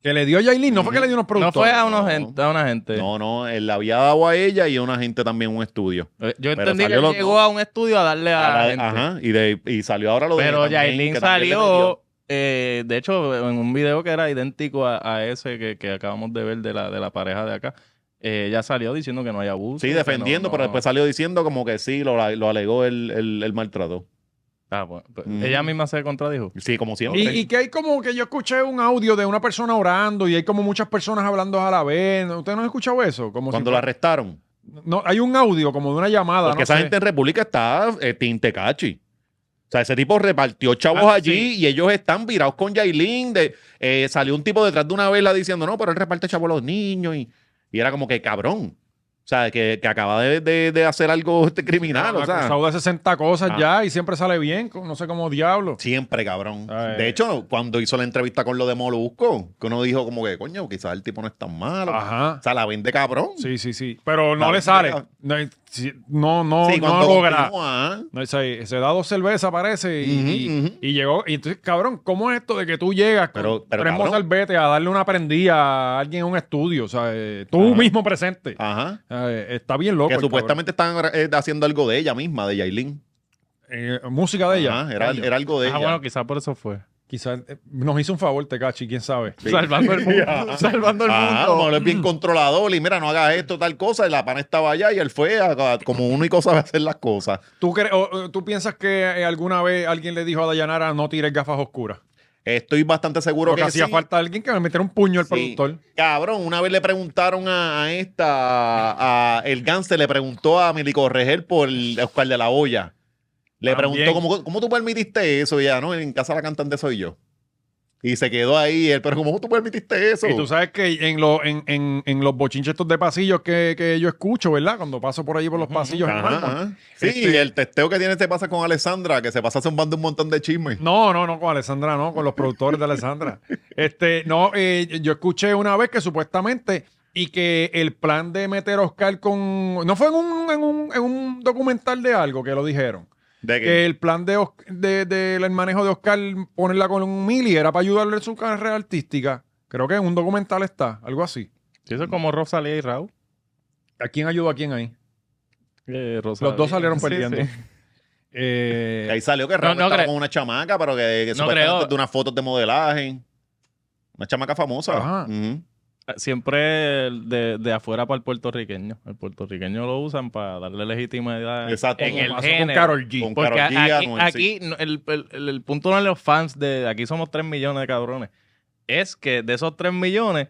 Que le dio Yailin, no fue que le dio unos No productos. fue a, unos No. gente, a una gente. No, no, él le había dado a ella y a una gente también un estudio. Eh, Yo Pero entendí que salió él los- llegó a un estudio a darle a, A la la- gente. ajá, y, de, y salió ahora lo de Pero también, Yailin que también le metió. salió, eh, de hecho, en un video que era idéntico a, a ese que, que acabamos de ver de la, de la pareja de acá. eh, ella salió diciendo que no hay abuso. Sí, que defendiendo, no- pero no- después salió diciendo como que sí, lo, lo alegó el, el, el maltrato. Ah, bueno, pues, Mm. Ella misma se contradijo. Sí, como siempre. Y, y que hay como que yo escuché un audio de una persona orando y hay como muchas personas hablando a la vez. ¿Usted no ha escuchado eso? Como Cuando si- lo arrestaron. No, hay un audio como de una llamada. Porque no esa sé. gente en República está eh, tintecachi. O sea, ese tipo repartió chavos Ah, allí sí. y ellos están virados con Yailin. De, eh, salió un tipo detrás de una vela diciendo, no, pero él reparte chavos a los niños. Y, y era como que cabrón. O sea, que, que acaba de, de- de hacer algo <laughs> este criminal. O sea, Acusado de 60 cosas Ah. ya y siempre sale bien, con- no sé cómo diablo. siempre cabrón. Ay. De hecho, cuando hizo la entrevista con lo de Molusco, que uno dijo como que, coño, quizás el tipo no es tan malo. Ajá. O sea, la vende cabrón. Ah. Sí, sí, sí. Pero no La le verdad. sale. No, sí, no, no, Sí, no cuando logra. continúa, ¿eh? No, se, se da dos cervezas, parece, y, Ujú, y- ujú. y llegó. Y entonces, cabrón, ¿cómo es esto de que tú llegas con Pero- pero, tres cabrón. mozalbetes a darle una prendida a alguien en un estudio? O sea, eh, tú Ajá. mismo presente. Ajá. Eh, está bien loco. Que el supuestamente están eh, haciendo algo de ella misma, de Yailin. cabrón. Eh, música de ella. Ajá, era, Coño. era algo de Ah, ella. bueno, quizás por eso fue. Quizás eh, nos hizo un favor, Tecachi, quién sabe. Sí. <laughs> Salvando el mundo. salvando el Ah, mundo. como él es Mm. bien controlador y mira, no hagas esto, tal cosa. Y la pana estaba allá y él fue a- a- como único sabe hacer las cosas. ¿Tú, cre- o, eh, ¿Tú piensas que eh, alguna vez alguien le dijo a Dayanara no tires gafas oscuras? Estoy bastante seguro Porque que hacía sí. falta alguien que me metiera un puño al Sí. productor. Cabrón, una vez le preguntaron a, a esta, a, el Gánster le preguntó a Milico Regel por Oscar de la Hoya. Le También. preguntó, ¿cómo, ¿cómo tú permitiste eso? Y ya, ¿no? En casa la cantante soy yo. Y se quedó ahí, él, pero ¿cómo tú permitiste eso? Y tú sabes que en, lo- en, en- en los bochinches estos de pasillos que, que yo escucho, ¿verdad? Cuando paso por allí por los pasillos. en Ajá, Walmart. ajá. Sí, Este- el testeo que tiene se pasa con Alessandra, que se pasa zumbando un montón de chismes. No, no, no, con Alessandra, no, con los productores de <laughs> Alessandra. Este, no, eh, yo escuché una vez que supuestamente y que el plan de meter a Oscar con. No fue en un, en un, en un documental de algo que lo dijeron. De que- Que el plan de, Os- de- del manejo de Oscar ponerla con un Mili era para ayudarle en su carrera artística. Creo que en un documental está, algo así. Sí, eso es como Rosalía y Raúl. ¿A quién ayudó a quién ahí? Eh, Rosalía. Los dos salieron <laughs> Sí, perdiendo. sí. Eh, ahí salió que Raúl no estaba creo. con una chamaca, pero que, que No supuestamente creo. es de unas fotos de modelaje. Una chamaca famosa. Ajá. Ujú. Siempre el de, de afuera para el puertorriqueño. El puertorriqueño lo usan para darle legitimidad Exacto. en como el pasó con género. Karol G. Con Porque Karol G, aquí, Anuel, sí. aquí no- el, el- el- el punto no es los fans de aquí somos 3 millones de cabrones. Es que de esos 3 millones,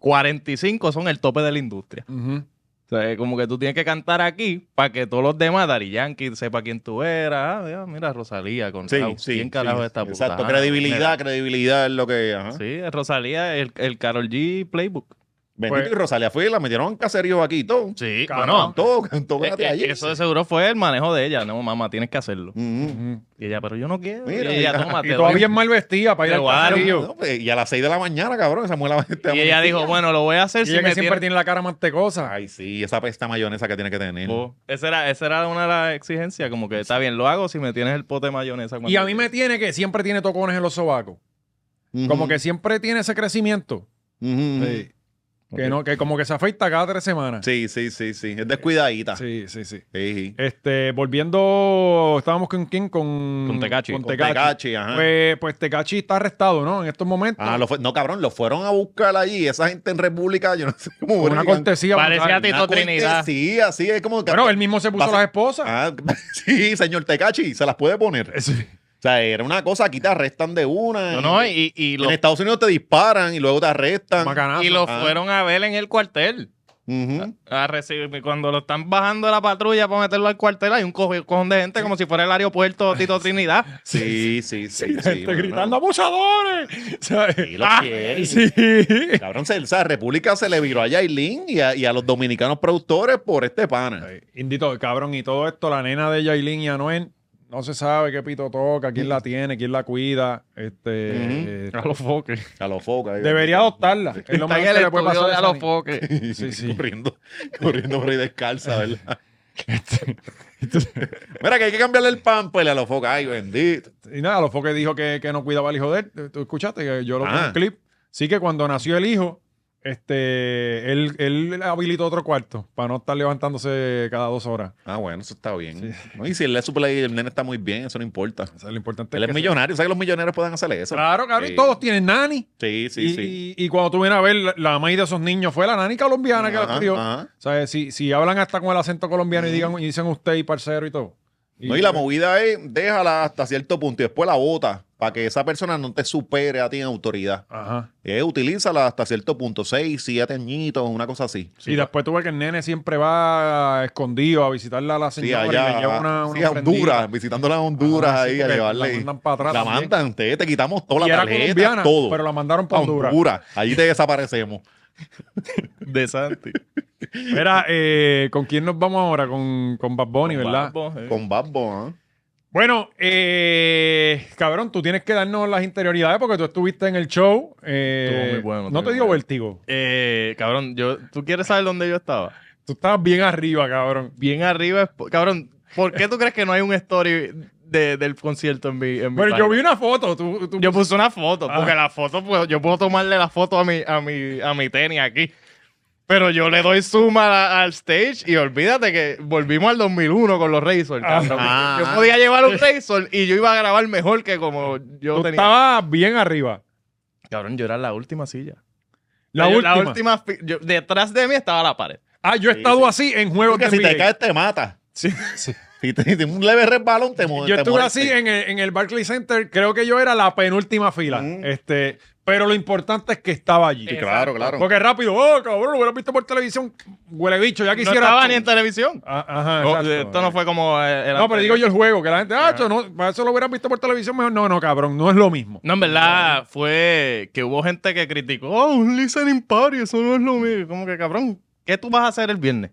45 son el tope de la industria. Ujú. O sea, es como que tú tienes que cantar aquí para que todos los demás, Dari Yankee, sepa quién tú eras. Ah, ya, mira, Rosalía con Sí, Raúl. sí. ¿Quién carajo sí. es esta puta? Exacto, Ah, credibilidad, credibilidad es lo que. ajá. mira. Sí, Rosalía, el, el Carol G Playbook. Bendito Pues- y Rosalía fue, la metieron en caserío aquí y todo. Sí, Cabrón. Cantó, cantó, bueno. gánate eh, allí. eh, Eso de seguro fue el manejo de ella. No, mamá, tienes que hacerlo. Ujú. Ujú. Y ella, pero yo no quiero. Mira, y ella, y- toma, Ah, te Y doy- todavía es mal vestida para ir Te al guardo. caserío. No, pues, y a las 6 de la mañana, cabrón, esa mujer la Y ella dijo, bueno, lo voy a hacer Y si ella me que siempre tiene- tiene la cara mantecosa. Ay, sí, esa pesta mayonesa que tiene que tener. Oh, esa, era, esa era una de las exigencias, como que está bien, lo hago si me tienes el pote de mayonesa. cuando Y a mí me llegue". tiene que siempre tiene tocones en los sobacos. Ujú, Como que siempre tiene ese crecimiento. ujú, ujú. Sí. Que, no, que como que se afeita cada tres semanas. Sí, sí, sí, sí. Es descuidadita. Sí. Sí, sí, sí. sí. Este, volviendo, estábamos con quién? Con, Con Tecachi. Con Con Tecachi. Tecachi, ajá. Pues, pues Tecachi está arrestado, ¿no? En estos momentos. Ah, lo fue- no, cabrón, lo fueron a buscar allí. Esa gente en República, yo no sé cómo. Con una bregan. cortesía. Parecía brutal. Tito Trinidad. Sí, así es como. Bueno, él mismo se puso Pasa- las esposas. <laughs> Ah, sí, señor Tecachi, se las puede poner. Eh, Sí. O sea, era una cosa, aquí te arrestan de una. No, y- no, y, y En lo, Estados Unidos te disparan y luego te arrestan. Macanazo. y lo ah. fueron a ver en el cuartel. Ujú. A recibir, cuando lo están bajando de la patrulla para meterlo al cuartel, hay un cojo- cojón de gente como si fuera el aeropuerto Tito Trinidad. Sí, sí, sí. sí, La gente mano. gritando abusadores. <laughs> ¿Sabes? Sí, Ah, lo quiere. Sí. Cabrón, se, o sea, República se le viró a Yailin y a, y a los dominicanos productores por este pana. Ay, Indito, cabrón, y todo esto, la nena de Yailin y Anuel, no se sabe qué pito toca, quién la tiene, quién la cuida. Este, Ujú. eh, A los foques. A los focas. debería adoptarla. Es lo Está más en que el le puede estudio pasar de a a esa los niña. <laughs> foques. Sí, sí. Corriendo, corriendo por <laughs> ahí descalza, ¿verdad? Este, <laughs> Mira, que hay que cambiarle el pamper a los focas. Ay, bendito. Y nada, los foques dijo que, que no cuidaba al hijo de él. Tú escuchaste que yo lo vi en Ah. un clip. Sí que cuando nació el hijo, este, él, él habilitó otro cuarto para no estar levantándose cada dos horas. Ah, bueno, eso está bien. No, y si él es su play, el nene está muy bien, eso no importa. O sea, lo importante Él es es que millonario, ¿sabes que los millonarios pueden hacer eso? Claro, claro, y Sí. todos tienen nani. Sí, sí, y, sí. y- y cuando tú vienes a ver, la, la maíz de esos niños fue la nani colombiana que Ajá, la crió. ajá. O sea, si, si hablan hasta con el acento colombiano y digan y dicen usted y parcero y todo. No, y la movida es, déjala hasta cierto punto y después la bota para que esa persona no te supere a ti en autoridad. Ajá. Eh, utilízala hasta cierto punto, seis, siete añitos, una cosa así. y después tuve que el nene siempre va escondido a visitarla a la Sí, señora y le allá, lleva una, una sí, a ofrendita. Honduras, visitando las Honduras Ajá, sí, ahí, a porque llevarle. La mandan para atrás. La también. mandan, te, te quitamos Y toda la era tarjeta, colombiana, todo. pero la mandaron A para Honduras. Honduras. Ahí te desaparecemos. De Santi. Mira, eh, ¿con quién nos vamos ahora? Con, con Bad Bunny, ¿verdad? Vamos, eh. Con Babbo, ¿eh? Bueno, eh, cabrón, tú tienes que darnos las interioridades porque tú estuviste en el show. eh, Estuvo muy bueno, no estuvo te muy dio bueno. vértigo. Eh, cabrón, yo, ¿tú quieres saber dónde yo estaba? Tú estabas bien arriba, cabrón. Bien arriba. es po- Cabrón, ¿por qué tú crees que no hay un story de- del concierto en mi, en mi Pero yo página? vi una foto. Tú, tú- Yo puse una foto, Ah. porque la foto, pues, yo puedo tomarle la foto a mi, a mi, a mi tenis aquí. Pero yo le doy suma al stage y olvídate que volvimos al 2001 con los Razor. cabrón. Ah. Yo podía llevar un Razor y yo iba a grabar mejor que como yo tú tenía. estabas bien arriba. Cabrón, yo era la última silla. Ah, La, Yo- última. fi- yo- detrás de mí estaba la pared. Ah, yo he Sí, estado sí. así en juegos de Porque si te NBA. caes, te mata. <laughs> Sí, sí. Si te- <laughs> si tienes un leve resbalón, te mu- Yo te estuve mueres. así en el, en el Barclays Center, creo que yo era la penúltima fila. Mm. Ujú. Este, pero lo importante es que estaba allí. Sí, claro, claro. Porque rápido, oh, cabrón, lo hubieras visto por televisión, huele bicho, ya No quisiera. estaba ni en televisión. Ah, Ajá, No, exacto. Oh, esto no fue como eh, el No, pero digo anterior. yo el juego, que la gente, ah, eso no, para eso lo hubieran visto por televisión mejor. No, no, cabrón, no es lo mismo. No, en verdad, fue que hubo gente que criticó, oh, un listening party, eso no es lo mío. Como que, cabrón, ¿qué tú vas a hacer el viernes?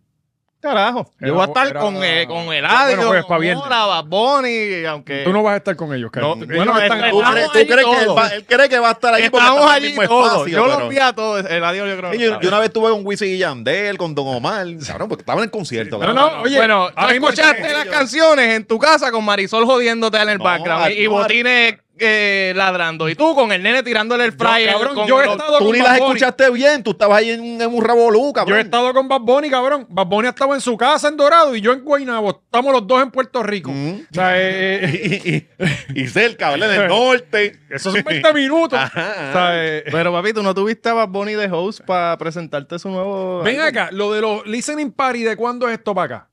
Carajo, yo Era- voy a estar era- con, eh, con el Bueno, Adio, pues, pa' con viernes. Mora, Bad Bunny, aunque... Tú no vas a estar con ellos, Carlos. Eh, No, Ellos bueno, están- esta- ¿Tú crees, Estamos tú ahí crees que él, todos. va, él cree que va a estar ahí porque Estamos estamos en el allí mismo todos, espacio, yo pero- los vi a todos, el Adio yo creo Sí, que yo, estaba. yo una vez estuve con Wisin y Yandel, con Don Omar, cabrón, porque estaba en el concierto. No, cabrón. no, oye, bueno, tú ahora mismo- escuchaste las canciones en tu casa con Marisol jodiéndote en el No, background y, y no, botines eh, ladrando y tú con el nene tirándole el fryer. cabrón, con- yo he con- estado Tú con ni Bad las Bunny. escuchaste bien, tú estabas ahí en, un- en un revolú, Yo cabrón. he estado con Bad Bunny, cabrón. Bad Bunny estaba en su casa en Dorado y yo en Guaynabo. Estamos los dos en Puerto Rico. Ujú. O sea, eh, eh, <laughs> y, y- y cerca, <laughs> ¿verdad? En el norte. esos son 20 minutos. Ajá. O sea, eh, Pero papi, tú no tuviste a Bad Bunny de host para presentarte su nuevo. Ven álbum? acá, lo de los listening party, ¿de cuándo es esto para acá?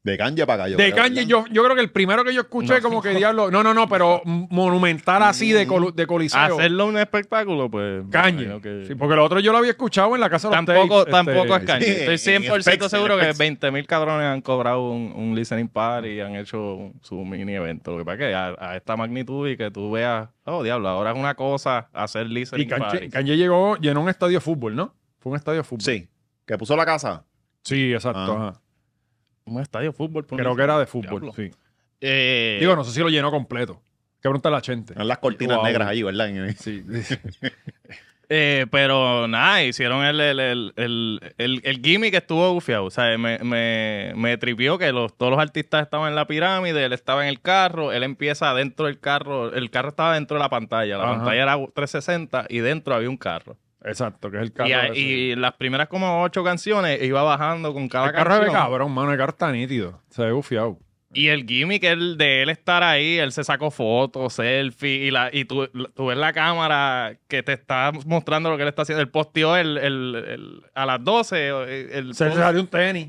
De Kanye para acá. yo de creo, Kanye, ¿verdad? yo, yo creo que el primero que yo escuché como que diablo. No, no, no, pero monumental así de, colu- de coliseo. Hacerlo un espectáculo, pues. Kanye. imagino que- Sí, porque lo otro yo lo había escuchado en la casa de los Tampoco, tapes, este, tampoco es Kanye. en Estoy 100% Specs, seguro en que Specs. 20 mil cabrones han cobrado un, un listening party y han hecho un- su mini evento. Lo que pasa es que a, a esta magnitud y que tú veas, oh diablo, ahora es una cosa hacer Y listening Kanye, party. Kanye llegó, llenó un estadio de fútbol, ¿no? Fue un estadio de fútbol. Sí. Que puso la casa. Sí, exacto. Ah. ajá. Un estadio de fútbol. por Creo un- que era de fútbol. Diablo. Sí. Eh, Ah. Digo, no sé si lo llenó completo. Hay Que pregunta la gente. Eran las cortinas Wow. negras allí, ¿verdad? En- Sí. Eh, pero nada, hicieron el, el, el, el, el, el gimmick que estuvo gufiado. O sea, me, me, me tripió que los, todos los artistas estaban en la pirámide, él estaba en el carro, él empieza dentro del carro, el carro estaba dentro de la pantalla, la Ajá. pantalla era 360 y dentro había un carro. Exacto, que es el carro. Y, a- ese. y las primeras como ocho canciones iba bajando con cada el carro de canción. cabrón, mano. El carro está nítido. Se ve bufiado. Y el gimmick el de él estar ahí, él se sacó fotos, selfie, y, la, y tú, tú ves la cámara que te está mostrando lo que él está haciendo. Él posteó el, el, el- a las 12. El, el- Ah, Se le salió un tenis.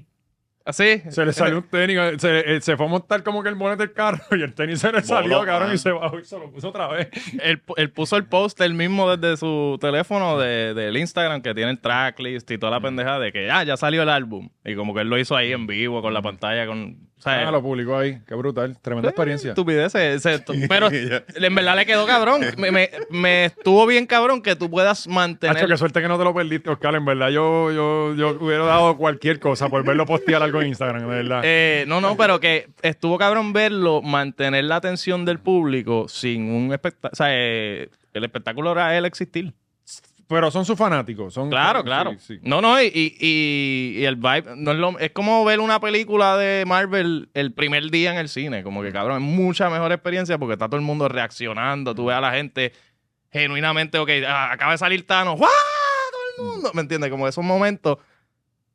¿Así? Se <laughs> le salió un tenis. Se, eh, se fue a montar como que el bonete del carro <laughs> y el tenis se le salió, cabrón, mano. Ah. y se bajó y se lo puso otra vez. Él, él puso el post él mismo desde su teléfono de, del Instagram que tiene el tracklist y toda Mm. la pendeja de que ah, ya salió el álbum. Y como que él lo hizo ahí en vivo con la pantalla, con... o sea, Mm. Ah, lo publicó ahí. Qué brutal. Tremenda experiencia. estupideces. se- <laughs> to- pero en verdad le quedó cabrón. Me, me- me estuvo bien cabrón que tú puedas Hacho, mantener. qué suerte que no te lo perdiste, Oscar. En verdad, yo, yo, yo hubiera dado cualquier cosa por verlo postear algo en Instagram, de <laughs> verdad. Eh, no, no, pero que estuvo cabrón verlo mantener la atención del público sin un espectáculo. O sea, eh, el espectáculo era él existir. Pero son sus fanáticos. Son, Claro, sí, claro. sí. No, no, y, y- y- y el vibe no es, lo- es como ver una película de Marvel el primer día en el cine. Como que, cabrón, es mucha mejor experiencia porque está todo el mundo reaccionando. Tú ves a la gente genuinamente, ok, ah, acaba de salir Thanos, ¡guau! Todo el mundo, ¿me entiendes? Como esos momentos.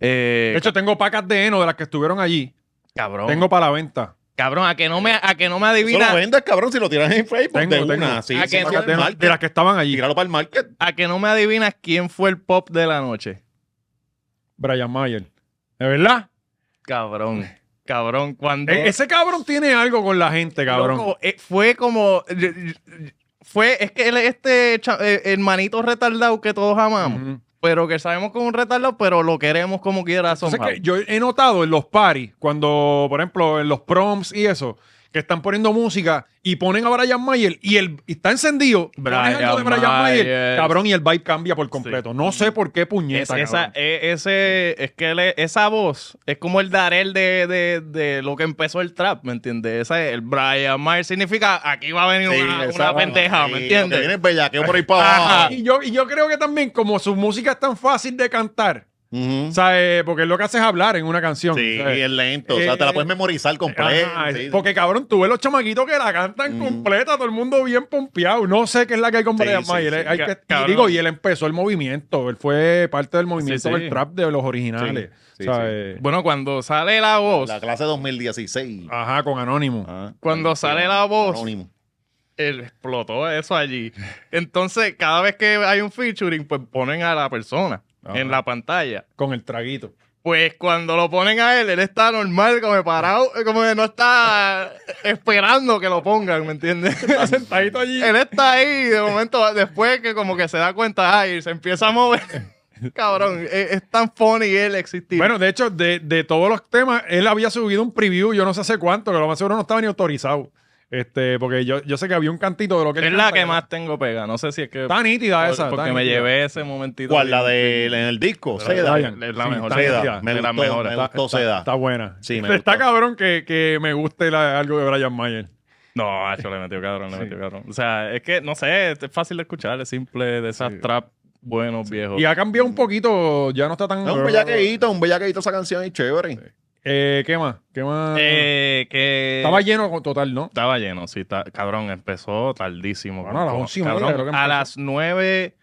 eh, De hecho, tengo pacas de heno de las que estuvieron allí. cabrón, Tengo para la venta. cabrón, a que no me, a que no me Eso lo adivina, vendes, cabrón, si lo tiras en Facebook Tengo, de tengo. una. Sí, Ah, sí, que para no- el De, la- market. de las que estaban allí. Tíralo para el market. a que no me adivinas quién fue el pop de la noche. Brian Mayer. ¿De verdad? Cabrón, cabrón, cuando. E- ese cabrón tiene algo con la gente, cabrón. Loco, eh, fue como. y- y- Fue, es que él es este cha- eh, hermanito retardado que todos amamos. Ujú. Pero que sabemos que es un retardado, pero lo queremos como quiera. Entonces, somehow. que yo he notado en los paris, cuando, por ejemplo, en los proms y eso, que están poniendo música y ponen a Brian Mayer y el y está encendido. pones Brian algo de Brian Mayer, Mayer. cabrón, y el vibe cambia por completo. No sé por qué Es- puñeta. esa, cabrón. eh, ese, es que él es- esa voz es como el Darel de, de- de lo que empezó el trap, ¿me entiendes? Esa es- el Brian Mayer significa aquí va a venir Sí, una, esa una vaina. pendeja, Sí, ¿me lo que entiendes? Viene el bellaqueo por ahí para Ajá. abajo. Ah, y, yo, y yo creo que también, como su música es tan fácil de cantar, Ujú. o sea, eh, porque lo que hace es hablar en una canción. Sí, o sea, y es lento. O sea, Eh, te la puedes memorizar completa. Ajá, sí. Porque cabrón, tú ves los chamaquitos que la cantan completa, todo el mundo bien pompeado. No sé qué es la que hay con Sí, Brian sí, Mayer. sí. eh, hay que- Ca- y cabrón. digo, y él empezó el movimiento. Él fue parte del movimiento Sí, sí. del trap de los originales. eh, Sí, sí, ¿sabes? Bueno, cuando sale la voz, La clase 2016. Ajá, con Anónimo. Ah. Ajá. Cuando Ahí, sale sí, la voz. anónimo. él explotó eso allí. Entonces, cada vez que hay un featuring, pues ponen a la persona Ajá. en la pantalla. Con el traguito. Pues cuando lo ponen a él, él está normal, como parado, eh, como que no está <laughs> esperando que lo pongan, ¿me <laughs> entiendes? Está sentadito allí. él está ahí, de momento, después que como que se da cuenta, ay, se empieza <laughs> a mover. Cabrón, es, es tan funny él existir. Bueno, de hecho, de, de todos los temas, él había subido un preview, yo no sé hace cuánto, que lo más seguro no estaba ni autorizado. Este, porque yo, yo sé que había un cantito de lo que él es la canta, que más tengo pega. No sé si es que. Está nítida esa. porque está me nítida. llevé ese momentito. ¿Cuál? La de en el disco. Seda. Brian. Es la Sí, mejor. está Seda. nítida. Me de las gustó, mejores. me gustó Seda. Está buena. Sí, me Está gustó. cabrón que, que me guste la- algo de Brian Mayer. No, Acho le metió cabrón, le Sí. metió cabrón. O sea, es que, no sé, es fácil de escuchar, es simple, de esas trap buenos, viejos. Y ha cambiado un poquito, ya no está tan. Es un bellaqueíto, un bellaqueíto esa canción es chévere. Eh, ¿Qué más? ¿Qué más? Eh, que... Estaba lleno con- total, ¿no? Estaba lleno, sí, ta- cabrón, empezó tardísimo. Bueno, a las once y media Cabrón, creo que A empezó. las nueve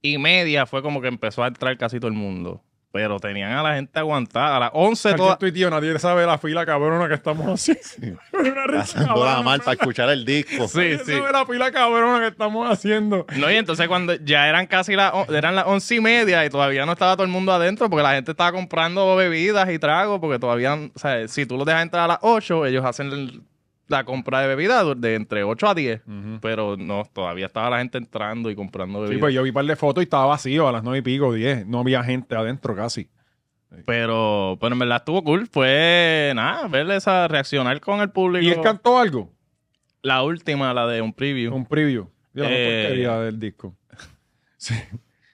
y media fue como que empezó a entrar casi todo el mundo. Pero tenían a la gente aguantada. A las 11 Cualquier todas. tuiteo, nadie sabe la fila cabrona que estamos <laughs> haciendo. Una risa Pasando la cabrona, mal para escuchar el disco. Sí, nadie sí. sabe la fila cabrona que estamos haciendo. No, y entonces cuando ya eran casi las, on- eran las once y media y todavía no estaba todo el mundo adentro porque la gente estaba comprando bebidas y tragos porque todavía, o sea, si tú los dejas entrar a las 8, ellos hacen el- la compra de bebidas du- de entre 8 a 10. Pero no, todavía estaba la gente entrando y comprando Sí, bebidas. pues yo vi un par de fotos y estaba vacío a las nueve y pico, 10. No había gente adentro casi. Pero, pero en verdad estuvo cool. Fue nada, verles esa reaccionar con el público. ¿Y él cantó algo? la última, la de un preview. Un preview. De la más Eh. porquería del disco.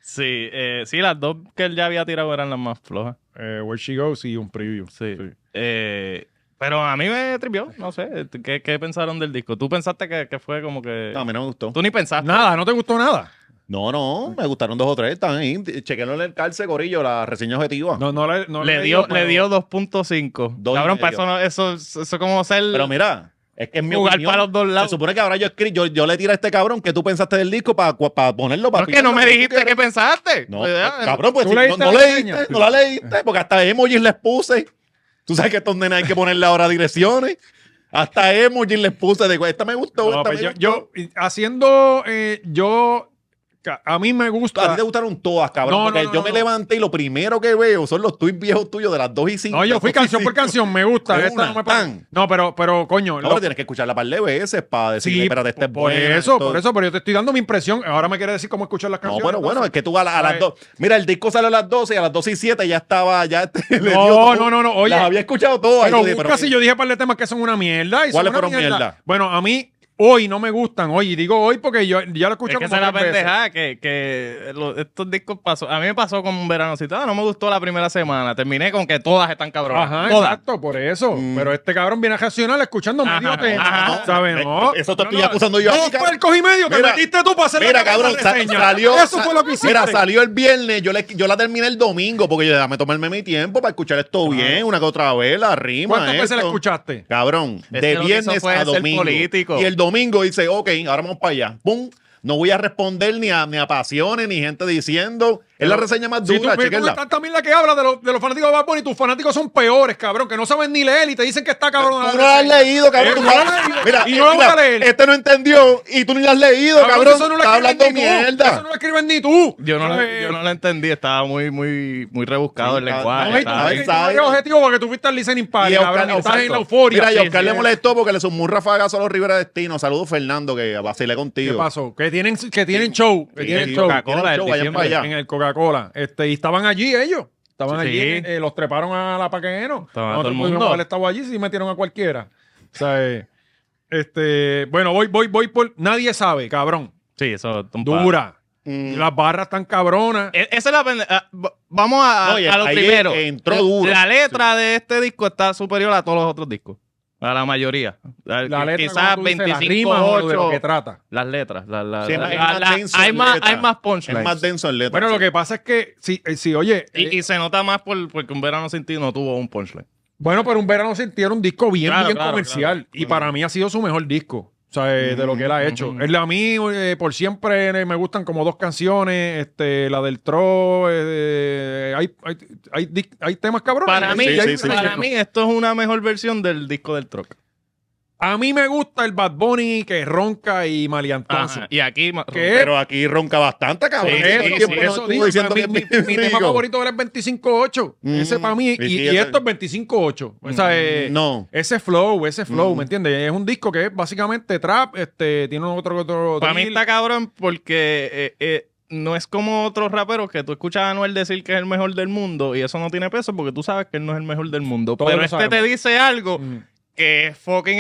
Sí, eh, sí, las dos que él ya había tirado eran las más flojas. Eh, Where She Goes y un preview. Sí. Eh, pero a mí me tripió, no sé. ¿Qué, qué pensaron del disco? ¿Tú pensaste que, que fue como que.? No, a mí no me gustó. Tú ni pensaste. Nada, ¿no te gustó nada? No, no, me gustaron dos o tres. Están ahí. Chequenlo en el calce, gorillo, la reseña objetiva. No, no le, no le he dio, leído, le pero- dio 2.5. Dos y Cabrón, medio. para eso, no- eso, eso es como ser. Pero mira, es que es mi Jugar opinión. para los dos lados. Se supone que ahora yo, escri- yo, yo le tiré a este cabrón que tú pensaste del disco para ponerlo Pero para es que no me dijiste qué pensaste. No, Pues, ah, cabrón, pues ¿Tú si no, leíste no la leíste, reseña? no la leíste, porque hasta emojis les puse. Tú sabes que a estos nenes hay que ponerle ahora direcciones. Hasta emojis les puse. Digo, esta me gustó, No, esta pues me yo, gustó. yo, y haciendo, eh, yo, ca- a mí me a ti gusta. te gustaron todas, cabrón. No, porque no, no, yo me no. levanté y lo primero que veo son los tweets viejos tuyos de las 2 y 5. No, yo fui canción por canción, me gusta. De Esta una, no, me pa- tan. no, pero, pero coño. Ahora lo- tienes que escucharla par de veces para decir, sí, espérate, esta es por buena, eso, esto- por eso, pero yo te estoy dando mi impresión. Ahora me quiere decir cómo escuchar las No, canciones. bueno, bueno, es entonces. que tú a, la- a las Ay. 2. Mira, el disco salió a las 12 y a las 12 y 7 ya estaba, ya <laughs> te- le No, dio todo. no, no, no, oye. Las había escuchado todas. Pero Y yo dije, busca si yo dije para de temas que son una mierda. Y son ¿Cuáles una fueron mierda? Bueno, a mí hoy no me gustan. Hoy, y digo hoy porque yo ya lo escuché Es que como esa es la tres veces. pendejada que, que lo- estos discos pasó. A mí me pasó con un veranocito. Ah, no me gustó la primera semana. Terminé con que todas están cabronas. Ajá, todas. exacto, por eso. Mm. Pero este cabrón viene a reaccionar escuchando medio Ajá, tema. ajá. ¿Sabes? No. Eso te No, estoy no, acusando yo a Dos ti, cabrón. puercos y medio que Mira, metiste tú para hacer Mira, la cabrón, mierda sa- reseña. salió. Eso sa- fue lo que hiciste. Mira, salió el viernes. Yo, le, yo la terminé el domingo porque yo dame tomarme mi tiempo para escuchar esto bien, una que otra vez, la rima. Ah. ¿Cuántas veces la esto. escuchaste? Cabrón, Este de lo que viernes hizo fue a ser domingo. político. Y el domingo dice, ok, ahora vamos para allá. Pum. No voy a responder ni a, ni a pasiones, ni gente diciendo. Es la reseña más Si tú, dura, tú chequenla. estás también la que habla de, los- de los fanáticos de Bad Bunny, tus fanáticos son peores, cabrón, que no saben ni leer y te dicen que está cabrón. Tú no la has leído, cabrón. Eh, Tú no la has sabes- leído. Mira, Y no la voy mira, a leer. este no entendió y tú ni la has leído, cabrón. eso no lo Estás escribes hablando ni tú, Eso mierda. no lo escribes ni tú. Eh, Yo no, la, ¿Sabes? yo no la entendí, estaba muy, muy, muy rebuscado Sí, el está- No, lenguaje. y tú Ahí estaba- sabes que tú sabe. eres objetivo porque tú fuiste al listening party, Y a cabrón, Oscar- y estás en exacto. la euforia. Mira, y a Sí, Oscar sí, le es. molestó porque le sumó un rafagazo a los Rivera Destino. Saludos, Fernando, que vacilé ¿Qué contigo. pasó? Que tienen, que tienen show. Que Sí, tienen sí, show. Coca-Cola, Tienen el show diciembre. allá para allá. En el Coca-Cola. Este, y estaban allí ellos. Estaban Sí, allí. sí. eh, los treparon a la paquenero. Estaba todo el pudimos mundo. haber estado allí si metieron a cualquiera. O sea, eh, este, bueno, voy, voy, voy por. Nadie sabe, cabrón. Sí, eso es un palo. Dura. Mm. Las barras están cabronas. E- Esa es la pende- ah, va- Vamos a, No, y a lo ahí primero. entró duro. La letra de este disco está superior a todos los otros discos. A la mayoría. A- La letra, Quizás como tú dices, 25, las rimas o de lo que 8. trata. Las letras. la- la- Sí, es más- la- es más la- denso hay, en más, letra. hay más Es punchlines. más denso en letra. Bueno, lo que pasa es que, si, eh, si oye. eh, y, y se nota más por, porque un verano sin ti no tuvo un punchline. Bueno, pero un verano sintieron un disco bien, Claro, bien claro, comercial. Y para mí ha sido su mejor disco. O sea, eh, de lo que él ha hecho. El de a mí, eh, por siempre, eh, me gustan como dos canciones. Este, la del Tro. eh, hay, hay, hay dis- hay temas cabrones. Para, mí, Y hay- sí, sí. para mí, esto es una mejor versión del disco del Troc. A mí me gusta el Bad Bunny que ronca y maleantazo. Ajá, Y aquí. ma- ¿Qué? pero aquí ronca bastante, cabrón. Sí, Eso, Todo el sí, eso, tiempo nos eso estuvo digo, diciendo mi, que mi- es <laughs> <laughs> mi tema rico. favorito era el 25-8. Ese Mm. para mí. Sí, Y, sí, y ese- esto es 25-8. O sea, eh, No. Ese flow, ese flow, Mm. ¿me entiendes? Es un disco que es básicamente trap, este, tiene otro otro. Para mí drill. está cabrón porque eh, eh, no es como otros raperos que tú escuchas a Anuel decir que es el mejor del mundo y eso no tiene peso porque tú sabes que él no es el mejor del mundo. Todos Pero lo este sabemos. te dice algo Mm. que fucking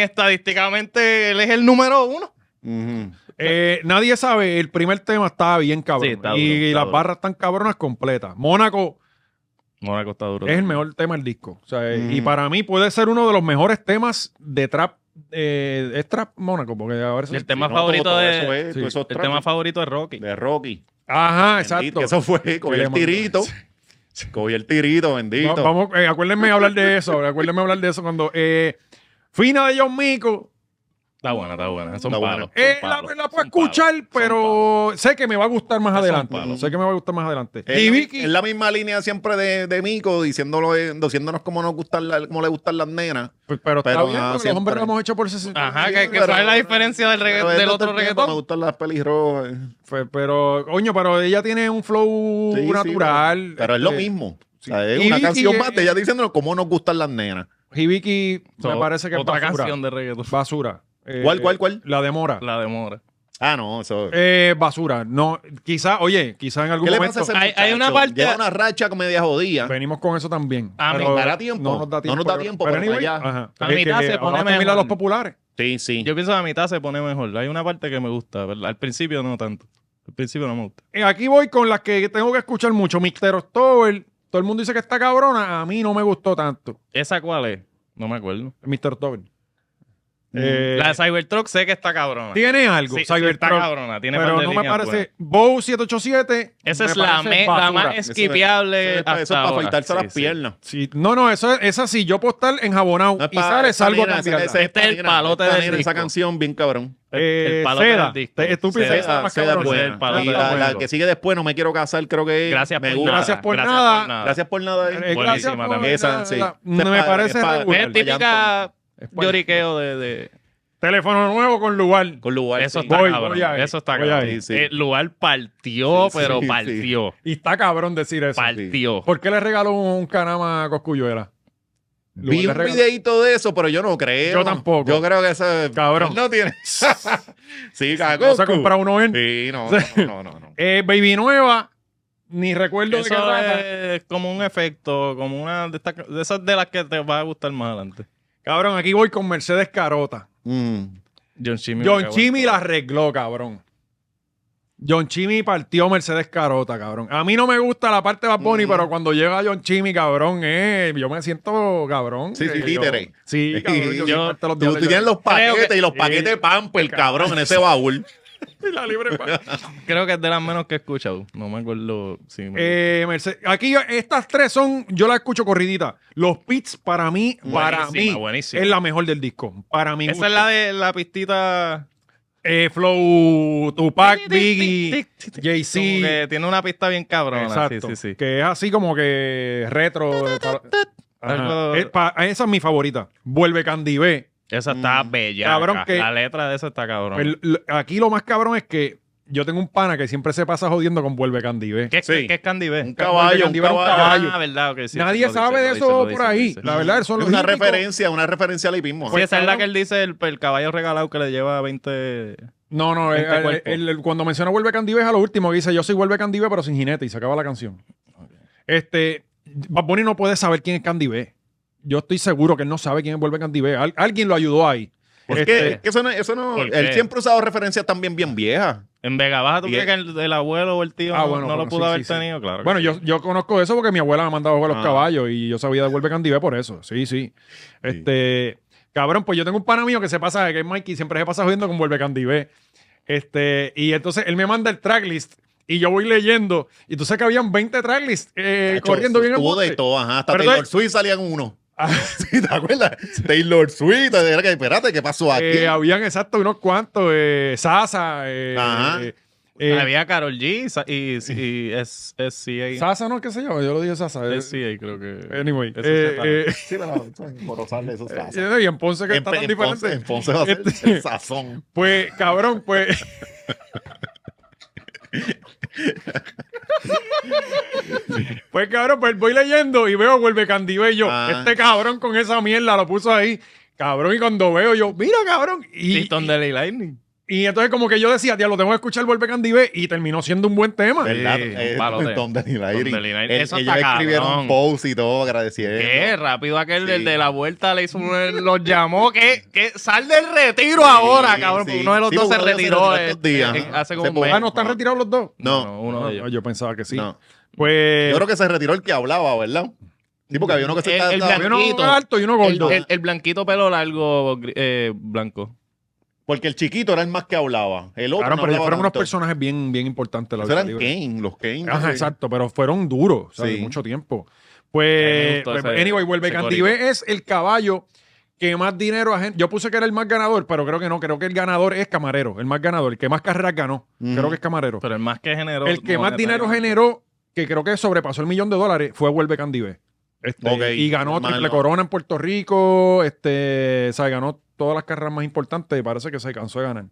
estadísticamente él es el número uno. Ujú. Eh, nadie sabe, el primer tema estaba bien cabrón. Sí, está duro, y está las duro. barras están cabronas completas. Mónaco Mónaco está duro. es el mejor tema del disco. O sea, eh, Mm. Y para mí puede ser uno de los mejores temas de trap. eh, es trap Mónaco, porque ahora Y el sí. tema No, todo- favorito todo de. eso es- sí, todo eso es el tráfico. tema favorito de Rocky. de Rocky. Ajá, Bendito, Ah, exacto. que eso fue, cogí le el mandó. tirito. Cogí el tirito, Va- bendito. vamos, eh, acuérdenme hablar de eso. acuérdenme hablar de eso cuando. eh, Fina de John Mico Está buena, está buena. Son Está buena. palos. Eh, son la, palos, la puedo son escuchar, palos, son palos. pero sé que me va a gustar más Son adelante. palos. Sé que me va a gustar más adelante. Es y la- Vicky, es la misma línea siempre de, de Mico, diciéndolo, eh, diciéndonos cómo nos gustan la- cómo le gustan las nenas. pues, pero, está pero, bien, ah, porque los siempre. hombres lo hemos hecho por 60. Ajá, que, que Pero- ¿cuál es la diferencia del, regga- Pero del desde otro el tiempo Me reggaetón? gustan las pelis rojas. Fue- Pues, pero, coño, pero ella tiene un flow Sí, sí, natural. pero, pero es lo este, mismo. O sea, sí. es Y una Vicky, canción eh, más de ella diciéndonos cómo nos gustan las nenas. Y Vicky, So, me parece que es Otra basura. canción de reggaetón. Basura. Eh, ¿Cuál, cuál, cuál? La demora. La demora. Ah, no, eso. Eh, basura. No, quizá, oye, quizá en algún ¿Qué le momento pasa a ese Hay- hay una muchacho? parte- Lleva una racha con media jodida. venimos con eso también. A mí Pero dará tiempo. No nos da No tiempo. nos da tiempo, pero allá. ajá. A Es mitad que se ahora pone también a los mejor. populares. Sí, sí. Yo pienso que la mitad se pone mejor. Hay una parte que me gusta, ¿verdad? Al principio no tanto. Al principio no me gusta. Eh, aquí voy con las que tengo que escuchar mucho. Mr. October. Todo el mundo dice que está cabrona. A mí no me gustó tanto. ¿Esa cuál es? No me acuerdo. Mr. October. Eh, la de Cybertruck sé que está cabrona. tiene algo. Mm. Sí, sí, está Cybertruck, cabrona. Tiene par pero de no me líneas parece. buenas. Bow 787. Esa me es la, parece me- la basura. más esquipeable. Eso es para- eso es para afeitarse las piernas. piernas. Sí, no, no, eso es, esa sí, yo puedo estar enjabonado No es y para- sale, esa salgo a nena, esa- cambiarla. esa- Este es el esa palote nena, del esa disco. canción bien cabrón. Eh, el palote seda, del disco. te- tú piensas Seda, que está más Seda cabrona. buena. Seda, el palote Y la, del la disco. que sigue después, no me quiero casar, creo que es- Gracias me por, gusta. nada. Gracias por nada. Gracias por nada. Eh, Buenísima gracias por también. Este Esa, la- sí. la- Es me para- parece es para- regular. Es típica Es para- lloriqueo de... de- Teléfono nuevo con lugar. Con lugar. Eso sí. está Voy, cabrón. voy ahí, eso está voy cabrón. ahí. Sí, sí. El lugar partió, Sí, sí, pero sí. partió. Y está cabrón decir eso. Partió. ¿Por qué le regaló un canama a Cosculluela? Vi un Lugar de regalo. videito de eso, pero yo no creo. Yo tampoco. Yo creo que eso Cabrón. <laughs> No <laughs> tiene. sí, cagó. No se ha comprado uno en. Sí, <laughs> no, no, no, no, no. Eh, Baby Nueva, ni recuerdo de qué Eso rata. es como un efecto, como una de, estas- de esas de las que te va a gustar más adelante. Cabrón, aquí voy con Mercedes Carota. Mm. John Chimmy. me John cagó en Chimmy todo. la arregló, cabrón. John Chimmy partió Mercedes Carota, cabrón. A mí no me gusta la parte de Bad Mm. Bunny, pero cuando llega John Chimmy, cabrón, eh, yo me siento cabrón. Sí, sí, Eh, yo- títere. Sí, cabrón, yo, Yo- soy parte de los Tú, diablos. tú tienes los Creo paquetes que- y los paquetes Pamper, cabrón, en ese baúl. Y la libre pa- Creo que es de las menos que he escuchado. No me acuerdo si me- Eh, Mercedes- aquí yo- estas tres son, yo las escucho corridita. Los pits para mí, para mí, Buenísima, buenísima. es la mejor del disco. Para mí. Eh, Esa es la de la pistita. Flow, Tupac, Tic, tic, Biggie, tic, tic, tic. Como Jay-Z. que tiene una pista bien cabrona. Exacto. Sí, sí, sí. Que es así como que retro. eh, para- Ajá. Algo- Eh, pa- esa es mi favorita. Vuelve Candy B. Esa está bella. Mm. Cabrón, que- La letra de esa está cabrón. El- l- aquí lo más cabrón es que yo tengo un pana que siempre se pasa jodiendo con Vuelve Candy B. ¿Qué, es- Sí. qué es Candy B? Un caballo, un Candy Bar, un caballo. caballo. Ah, verdad. ok, sí, Nadie lo dice, sabe de lo dice, eso lo por dice, lo ahí. dice. La verdad, son Es los una hípicos. referencia, una referencia al hipismo. Sí, esa es la cabrón. que él dice, el, el caballo regalado que le lleva 20... No, no, eh, Este el- cuerpo. el- el- cuando menciona Vuelve Candive es a lo último que dice, yo soy Vuelve Candive pero sin jinete y se acaba la canción. Este, Bad Bunny no puede saber quién es Candive. Yo estoy seguro que él no sabe quién es Vuelve Candive. Al- alguien lo ayudó ahí. Es Este, que, es que eso no, eso no- ¿Por qué? él siempre ha usado referencias también bien viejas. En Vega Baja, ¿tú Y crees es- que el, el abuelo o el tío Ah, no, bueno, no lo bueno, pudo sí, haber sí, sí. tenido? Claro. que Bueno, sí. yo, yo conozco eso porque mi abuela me mandaba a jugar los Ah. caballos y yo sabía de Vuelve Candive por eso. Sí, sí. Este, cabrón, pues yo tengo un pana mío que se pasa, que es Mikey, siempre se pasa jodiendo con Vuelve Candive. Este, y entonces él me manda el tracklist y yo voy leyendo. Y tú sabes que habían 20 tracklists eh, Hacho, corriendo bien en estuvo de bote. todo, ajá. Hasta Pero Taylor entonces- Swift salía en uno. Ah. <laughs> Sí, ¿te acuerdas? Taylor Swift. Era que, espérate, ¿qué pasó aquí? Eh, habían exacto unos cuantos. Eh, Sasa. Eh, Ajá. eh, eh, Había Carol G y, Sa- y, y S- SCA. Sasa, no, qué sé yo. Yo lo dije Sasa. eh, SCA creo que... Anyway. Eso eh, se eh, Sí, pero por usarle esos sazos. y en Ponce Eh, que En, está tan en diferente. Ponce, en Ponce va a ser Este- <laughs> el sazón. Pues, cabrón, pues. pues, cabrón, pues voy leyendo y veo, vuelve Candibe y yo. Ah. Este cabrón con esa mierda lo puso ahí. Cabrón, y cuando veo yo, mira, cabrón. Y, Piston Delay Lightning. y entonces, como que yo decía, tía, lo tengo que escuchar, vuelve Candibe, y terminó siendo un buen tema. ¿Verdad? un Eh, palote. Tom Delay Tom Delay Lightning. Él- Eso Ellos está escribieron cabrón. posts y todo agradeciendo. Qué rápido aquel Sí. del de la vuelta le hizo un- los llamó que, que sal del retiro ahora, Sí, cabrón. sí. porque Uno de los Sí, dos uno se de los dos se retiró retiró estos eh, días. eh, hace como Se un fue. mes. Ah, no están retirados los dos. No, No, uno Ah, de ellos. yo pensaba que sí. no. Pues. Yo creo que se retiró el que hablaba, ¿verdad? Sí, porque había uno que se El- el estaba- había uno Blanquito. alto y uno El, gordo. el- el blanquito pelo largo gri- eh, blanco. Porque el chiquito era el más que hablaba. El otro Claro, pero no ya hablaba fueron unos tanto. personajes bien, bien importantes. la Esos lucha eran libre. Kane, los Kane. Ajá, Sí. exacto, pero fueron duros, o sea, de Sí. mucho tiempo. A mí me Pues, gustó pues, ese- anyway, vuelve ese Candive es el caballo que más dinero a gente. Yo puse que era el más ganador, pero creo que no. Creo que el ganador es camarero, el más ganador, el que más carreras ganó. Creo que es camarero. Pero el más que generó. el que más dinero monetario. generó, que creo que sobrepasó el millón de dólares, fue Vuelve Candive. Este, Ok, y ganó hermano. Triple Corona en Puerto Rico. Este, o sea, ganó todas las carreras más importantes y parece que se cansó de ganar.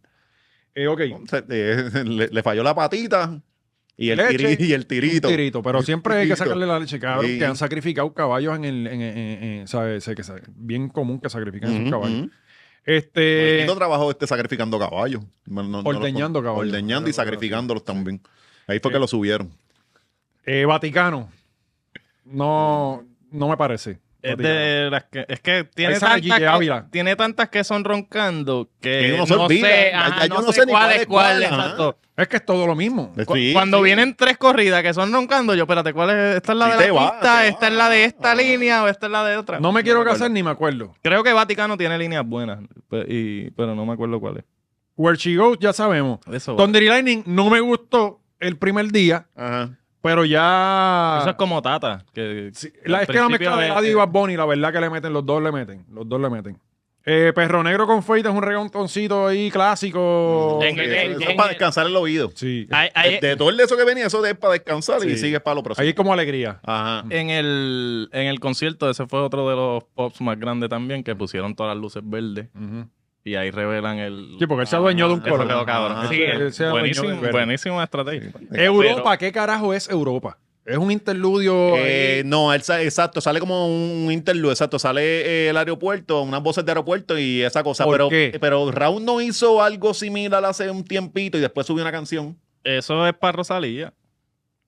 Eh, ok. Se- eh, <laughs> le, le falló la patita y el, Leche, tiri- y el tirito. Un tirito, pero siempre hay que Tirito. sacarle la leche, cabrón, Sí. que han sacrificado caballos en el, en, en- en- en- ¿sabes? Sé que es bien común que sacrifican Ujú, sus caballos. ujú. Este, Maldito trabajo este sacrificando caballos. No- no- no los- Ordeñando caballos. Ordeñando y sacrificándolos también. Ahí fue que Sí. lo subieron. eh, Vaticano, no, no me parece. Es, Vaticano. de las que, es que tiene sale tantas Quique que, Ávila. tiene tantas que son roncando que Que uno se no olvida, sé, ya- ajá, ya no sé cuál es cuál, ajá. exacto. Es que es todo lo mismo. Cu- Sí, Cuando sí. vienen tres corridas que son roncando, yo espérate, ¿cuál es? Esta es la Sí de te la va, pista, te esta va. es la de esta Ah. línea o esta es la de otra. No me quiero acuerdo. casar ni me acuerdo. Creo que Vaticano tiene líneas buenas, pe- y- pero no me acuerdo cuál es. Where She Goes, ya sabemos. Eso, Thunder Lightning no me gustó el primer día, Ajá. pero ya... eso es como Tata. Que, Sí, la, es que la mezcla de Eladio y Bad Bunny, la verdad que le meten, los dos le meten, los dos le meten. Eh, Perro Negro con Feita es un reggaetoncito ahí clásico. Mm, En- Sí, en- eso- en- eso es para descansar el oído. Sí, Ahí- ahí- De, de todo el de eso que venía, eso es para descansar y Sí. sigues para lo próximo. ahí es como alegría. Ajá. en el, en el concierto, ese fue otro de los pops más grandes también, que pusieron todas las luces verdes Ujú. y ahí revelan el... Ah, Sí, porque él se adueñó de un Ah, Ajá, Eso color. quedó cabrón. Ajá. Sí, Él se adueñó buenísimo- del verde. buenísima estrategia. Europa, ¿qué carajo es Europa? Es un interludio. Eh, no, él sa- exacto, sale como un interlude, exacto, sale eh, el aeropuerto, unas voces de aeropuerto y esa cosa, ¿Por pero, qué? pero Raúl no hizo algo similar hace un tiempito y después subió una canción. Eso es para Rosalía.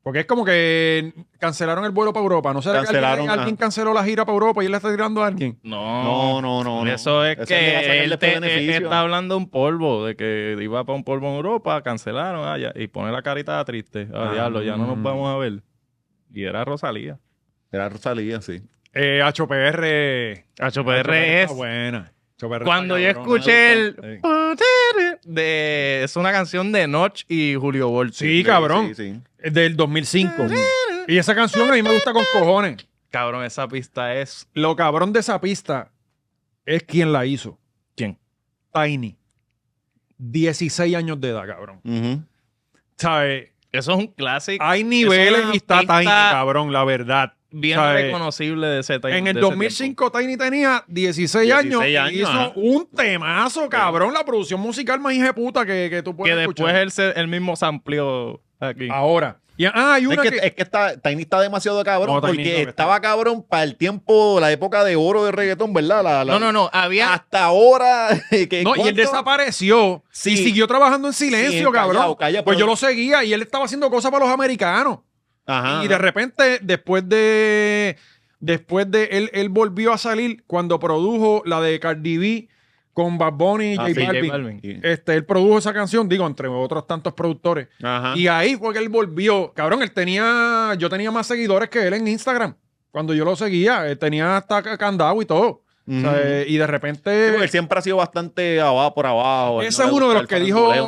porque es como que cancelaron el vuelo para Europa. No sé, Cancelaron, alguien, ah. alguien ajá. canceló la gira para Europa y él le está tirando a alguien. No, No, no, no. no. Eso le es va a que sacar él después te- beneficio. él está hablando de un polvo, de que iba para un polvo en Europa, cancelaron ah, ya, y pone la carita triste. Ah, Ah. diablo, ya no nos vamos a ver. Y era Rosalía. Era Rosalía, sí. Eh, HPR. HPR Ah, está pues, es... buena. HPR Cuando está yo cabrona. escuché el... Sí. De, es una canción de Noch y Julio Bolt. Sí, cabrón. Sí, sí. Es Del 2005. y esa canción a mí me gusta con cojones. Cabrón, esa pista es... Lo cabrón de esa pista es quien la hizo. ¿Quién? Tiny. 16 años de edad, cabrón. Ujú. ¿Sabes? Eso es un clásico Hay niveles una y está pista Tiny, cabrón, la verdad. bien ¿Sabes? reconocible de ese En de el ese 2005 Tiny tenía 16 años, 16 años, y hizo ajá. un temazo, cabrón. La producción musical más hija de puta que, que tú tiempo. Que puedes después escuchar. él, se- él mismo se amplió aquí. Ahora. Y, ah, hay Es una que, que... es que está, Tiny está demasiado cabrón No, Tiny no, porque que está- estaba cabrón para el tiempo, la época de oro de reggaetón, ¿verdad? La- la- No, no, no. Había. Hasta ahora. <laughs> que No, y él ¿cuánto? desapareció Sí. y siguió trabajando en silencio, Sí, cabrón. callado, callado, pues pero- yo lo seguía y él estaba haciendo cosas para los americanos. Ajá. Ah, Y de repente, después de. Después de él, él volvió a salir cuando produjo la de Cardi B con Bad Bunny y Ah, J sí, J Balvin. Balvin. Sí. Este, él produjo esa canción, digo, entre otros tantos productores. Ajá. Y ahí fue que él volvió. Cabrón, él tenía. Yo tenía más seguidores que él en Instagram. Cuando yo lo seguía, él tenía hasta ca- candado y todo. O sea, Ujú. eh, y de Sí, repente. porque él siempre ha sido bastante abajo por abajo. Ese es uno de los que dijo eh,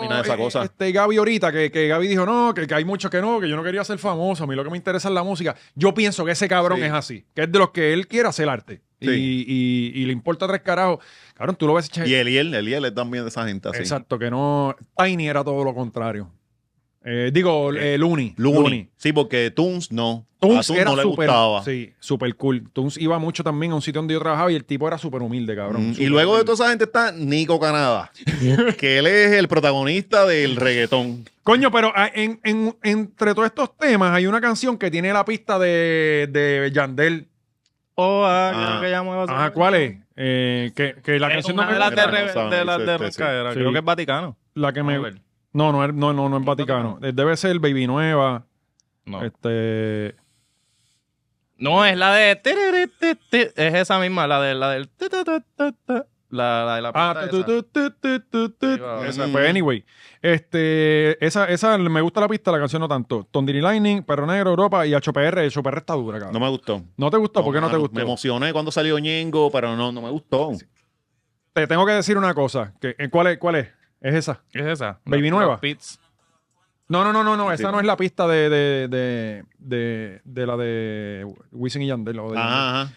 este Gaby ahorita, que, que Gaby dijo, no, que, que hay muchos que no, que yo no quería ser famoso, a mí lo que me interesa es la música. Yo pienso que ese cabrón Sí. es así, que es de los que él quiere hacer arte. Sí. Y, y- y le importa tres carajos. Cabrón, tú lo ves... che- Y él y él, él y él es también de esa gente así. este Exacto, que no... Tiny era todo lo contrario. Eh, digo, eh, Looney. Looney. Looney. Sí, porque Toons no. Toons a Toons era no le súper gustaba. sí, súper cool. Toons iba mucho también a un sitio donde yo trabajaba y el tipo era súper humilde, cabrón. Mm, y súper luego de humilde. toda esa gente está Nico Canadá, que él es el protagonista del reggaetón. Coño, pero ah, en- en- entre todos estos temas hay una canción que tiene la pista de, de Yandel. Oh, ah, Ah. creo que ya me va a Ajá, ¿cuál es? Eh, que, que la Es canción una no de me las de, gusta. re, Rosa, de, las sí, de sí, sí. roncadera. Sí. Creo que es Vaticano. La que Vamos me... a ver. No, no, es- no, no, no es Vaticano. Eh, Debe ser Baby Nueva. No. Este... No, es la de. tiriri, ti, ti. Es esa misma, la de la del. ti, ti, ti, ti, ti. La, la de la Ah, pista tu, esa. tu, tu, tu, tu, tu, Sí, va. esa, Mm. Pues anyway, este, esa, esa me gusta la pista, la canción no tanto. Tondiri Lightning, Perro Negro, Europa y HPR. HPR está dura, cabrón. No No, me gustó. te gustó? ¿Por qué no, te mano, gustó? Me emocioné cuando salió Ñengo, pero no, no me gustó. Te tengo que decir una cosa. Que, eh, ¿cuál, es, ¿Cuál es? Es esa. Es esa. Baby Los- Nueva. los Pits. No, no, no, no, no. Esa no es la pista de, de, de, de, de la de Wisin y Yandel. o de Yandel. Ajá, ajá.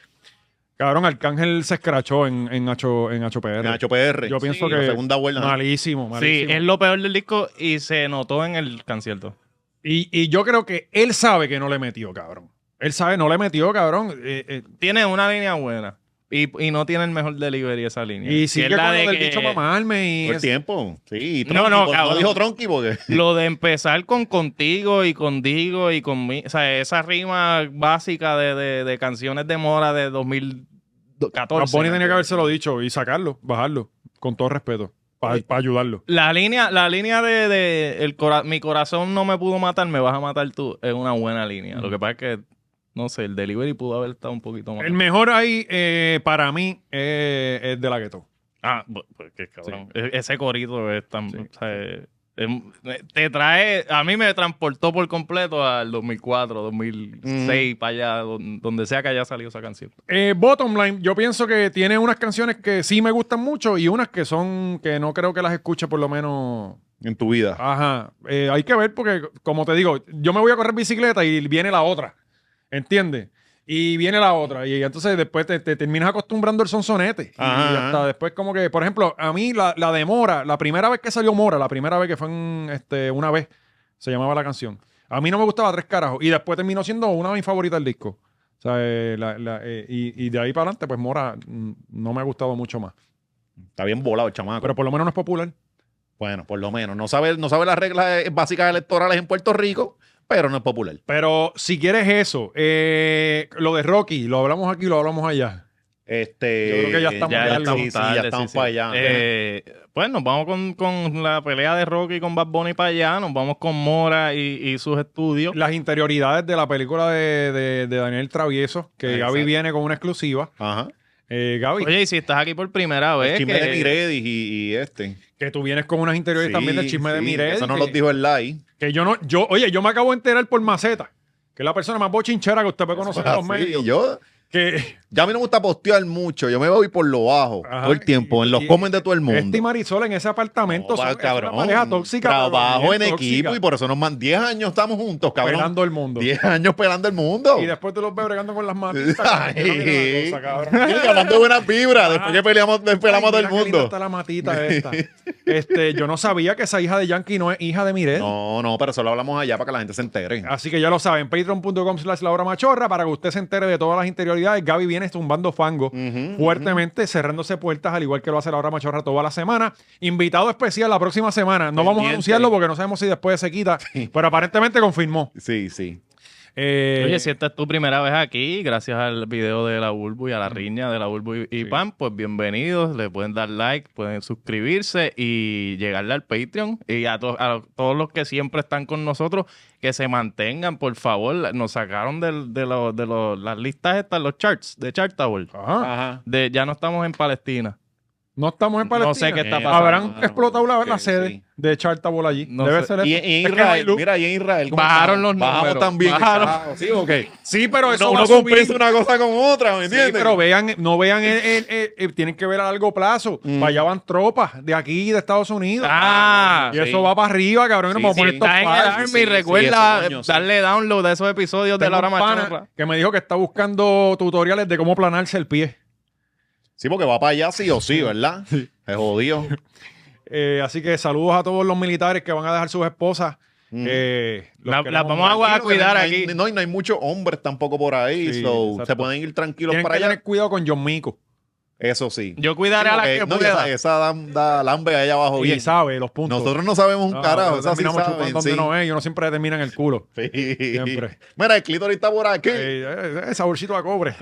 Cabrón, Arcángel se escrachó en, en, Nacho, en HPR. Nacho PR. Yo pienso La que- segunda vuelta. ¿no? Malísimo, Sí, malísimo. es lo peor del disco y se notó en el concierto. y, y yo creo que él sabe que no le metió, cabrón. Él sabe, no le metió, cabrón. Eh, eh, Tiene una línea buena y, y no tiene el mejor delivery esa línea. y Que sigue es con la lo de del que- bicho mamarme. Y Por es- tiempo. Sí. y No, Tronqui, no, porque cabrón. dijo Tronqui porque. Lo de empezar con contigo y contigo y conmigo. O sea, esa rima básica de, de- de canciones de Mora de 2014. Bad Bunny tenía que habérselo dicho y sacarlo, bajarlo, con todo respeto, para ayudarlo. La línea, la línea de, de el cora- mi corazón no me pudo matar, me vas a matar tú, es una buena línea. Mm. Lo que pasa es que, no sé, el delivery pudo haber estado un poquito más. El mejor ahí, eh, para mí, eh, es de la gueto. Ah, bu- pues qué cabrón. E- Ese corito es tan. o sea, es- es- te trae. A mí me transportó por completo al 2004, Mm. 2006, para allá, don- donde sea que haya salido esa canción. Eh, bottom line, yo pienso que tiene unas canciones que sí me gustan mucho y unas que son que no creo que las escuche por lo menos. En tu vida. Ajá. Eh, hay que ver porque, como te digo, yo me voy a correr bicicleta y viene la otra. ¿Entiendes? Y viene la otra. Y entonces después te, te terminas acostumbrando al sonsonete. Ajá, Y ajá. hasta después, como que, por ejemplo, a mí la, la de Mora, la primera vez que salió Mora, la primera vez que fue en, este, una vez, se llamaba la canción. A mí no me gustaba tres carajos. Y después terminó siendo una de mis favoritas del disco. O sea, eh, la- la- eh, y, y de ahí para adelante, pues Mora mm, no me ha gustado mucho más. Está bien volado el chamaco. Pero por lo menos no es popular. bueno, por lo menos. No sabe, no sabe las reglas eh, básicas electorales en Puerto Rico, pero no es popular. Pero si quieres eso, eh, lo de Rocky, lo hablamos aquí, lo hablamos allá. Este, Yo creo que ya estamos ya, tarde, estamos, sí, tarde, ya estamos para allá. Eh, pues nos vamos con, con la pelea de Rocky con Bad Bunny para allá. Nos vamos con Mora y, y sus estudios. Las interioridades de la película de, de- de Daniel Travieso, que Ah, Exacto. Gaby viene con una exclusiva. Ajá. Eh, Gaby, Oye, y si estás aquí por primera El pues vez. chisme que- de Miredis y, y este. que tú vienes con unas interioridades también del chisme de sí, Mireille. Eso no que, los dijo el live. que yo no, yo, oye, yo me acabo de enterar por Maceta, que es la persona más bochinchera que usted puede conocer en los Así, medios. Ah, Yo, Que ya a mí no me gusta postear mucho. Yo me voy por lo bajo. Ajá, todo el tiempo. y- en los y- comments de todo el mundo. este y Marisol en ese apartamento No, son- va, es una pareja tóxica. pero Trabajo bien en tóxica, equipo y por eso nos mandan 10 años estamos juntos, cabrón. pelando el mundo. 10 años pelando el mundo. Y después te los ves bregando con las <laughs> manos. Ay. Y llamando buenas vibras después que peleamos, después pelamos Ay, todo el mira qué linda mundo. está la <laughs> matita esta. Este, yo no sabía que esa hija de Yankee no es hija de Miret. No, no, pero solo hablamos allá para que la gente se entere. Así que ya lo saben, patreon.com slash la hora machorra para que usted se entere de todas las interioridades. Gaby viene tumbando fango Ujú, fuertemente, cerrándose puertas, al igual que lo hace la hora machorra toda la semana. Invitado especial la próxima semana. No vamos a Pendiente. anunciarlo porque no sabemos si después se quita, pero aparentemente confirmó. Sí, sí. Eh, Oye, si esta es tu primera vez aquí, gracias al video de la Bulbu y a la Mm. riña de la Bulbu y, y Pam, pues bienvenidos. Le pueden dar like, pueden suscribirse y llegarle al Patreon. Y a, to- a todos los que siempre están con nosotros, que se mantengan, por favor. Nos sacaron del- de, lo- de lo- las listas estas, los charts, de Chart Tower. Ah. ajá. Ajá. De, ya no estamos en Palestina. No estamos en Palestina. No sé qué está Eh, pasando. Habrán Ah, no, explotado la, la ok, sede sí. de Chartabol allí. No Debe sé. ser eso. Y en, en Es que no hay Israel, luz. mira, y en Israel. ¿cómo Bajaron estamos? los Bajamos números, también. bajaron. carajo, Sí, ok. Sí, pero eso No, va a uno Pues subir. compensa una cosa con otra, ¿me Sí, entiendes? pero vean, no vean, el- el- el- el- tienen que ver a largo plazo. Mm. Para allá van tropas de aquí, de Estados Unidos. Ah, y eso va para arriba, cabrón. y nos Sí, vamos a Si poner estás en el top five. Army, sí, sí, recuerda eso, coño, sí. darle download a esos episodios de Tengo la hora un pana machorra. que me dijo que está buscando tutoriales de cómo planarse el pie. Sí, porque va para allá sí o sí, ¿verdad? Es jodido. Eh, así que saludos a todos los militares que van a dejar sus esposas. Mm. Eh, los La- queremos las vamos a mucho. guardar, a cuidar no hay- aquí. No, y no hay muchos hombres tampoco por ahí, Sí, so, exacto. se pueden ir tranquilos Tienen para que allá. tener cuidado con John Mico. Eso sí. Yo cuidaré a Sí, las porque- que no, y pueda. esa, esa da, da lambe allá abajo Y bien. sabe los puntos. Ah, Nosotros no sabemos un Oh, No, carajo, nosotros esa sí terminamos chupando saben, donde sí. no es y uno siempre termina en el culo. Sí. Siempre. Mira, el clítoris está por aquí. Eh, eh, eh, saborcito a cobre.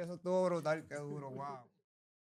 Eso estuvo brutal, qué duro, wow.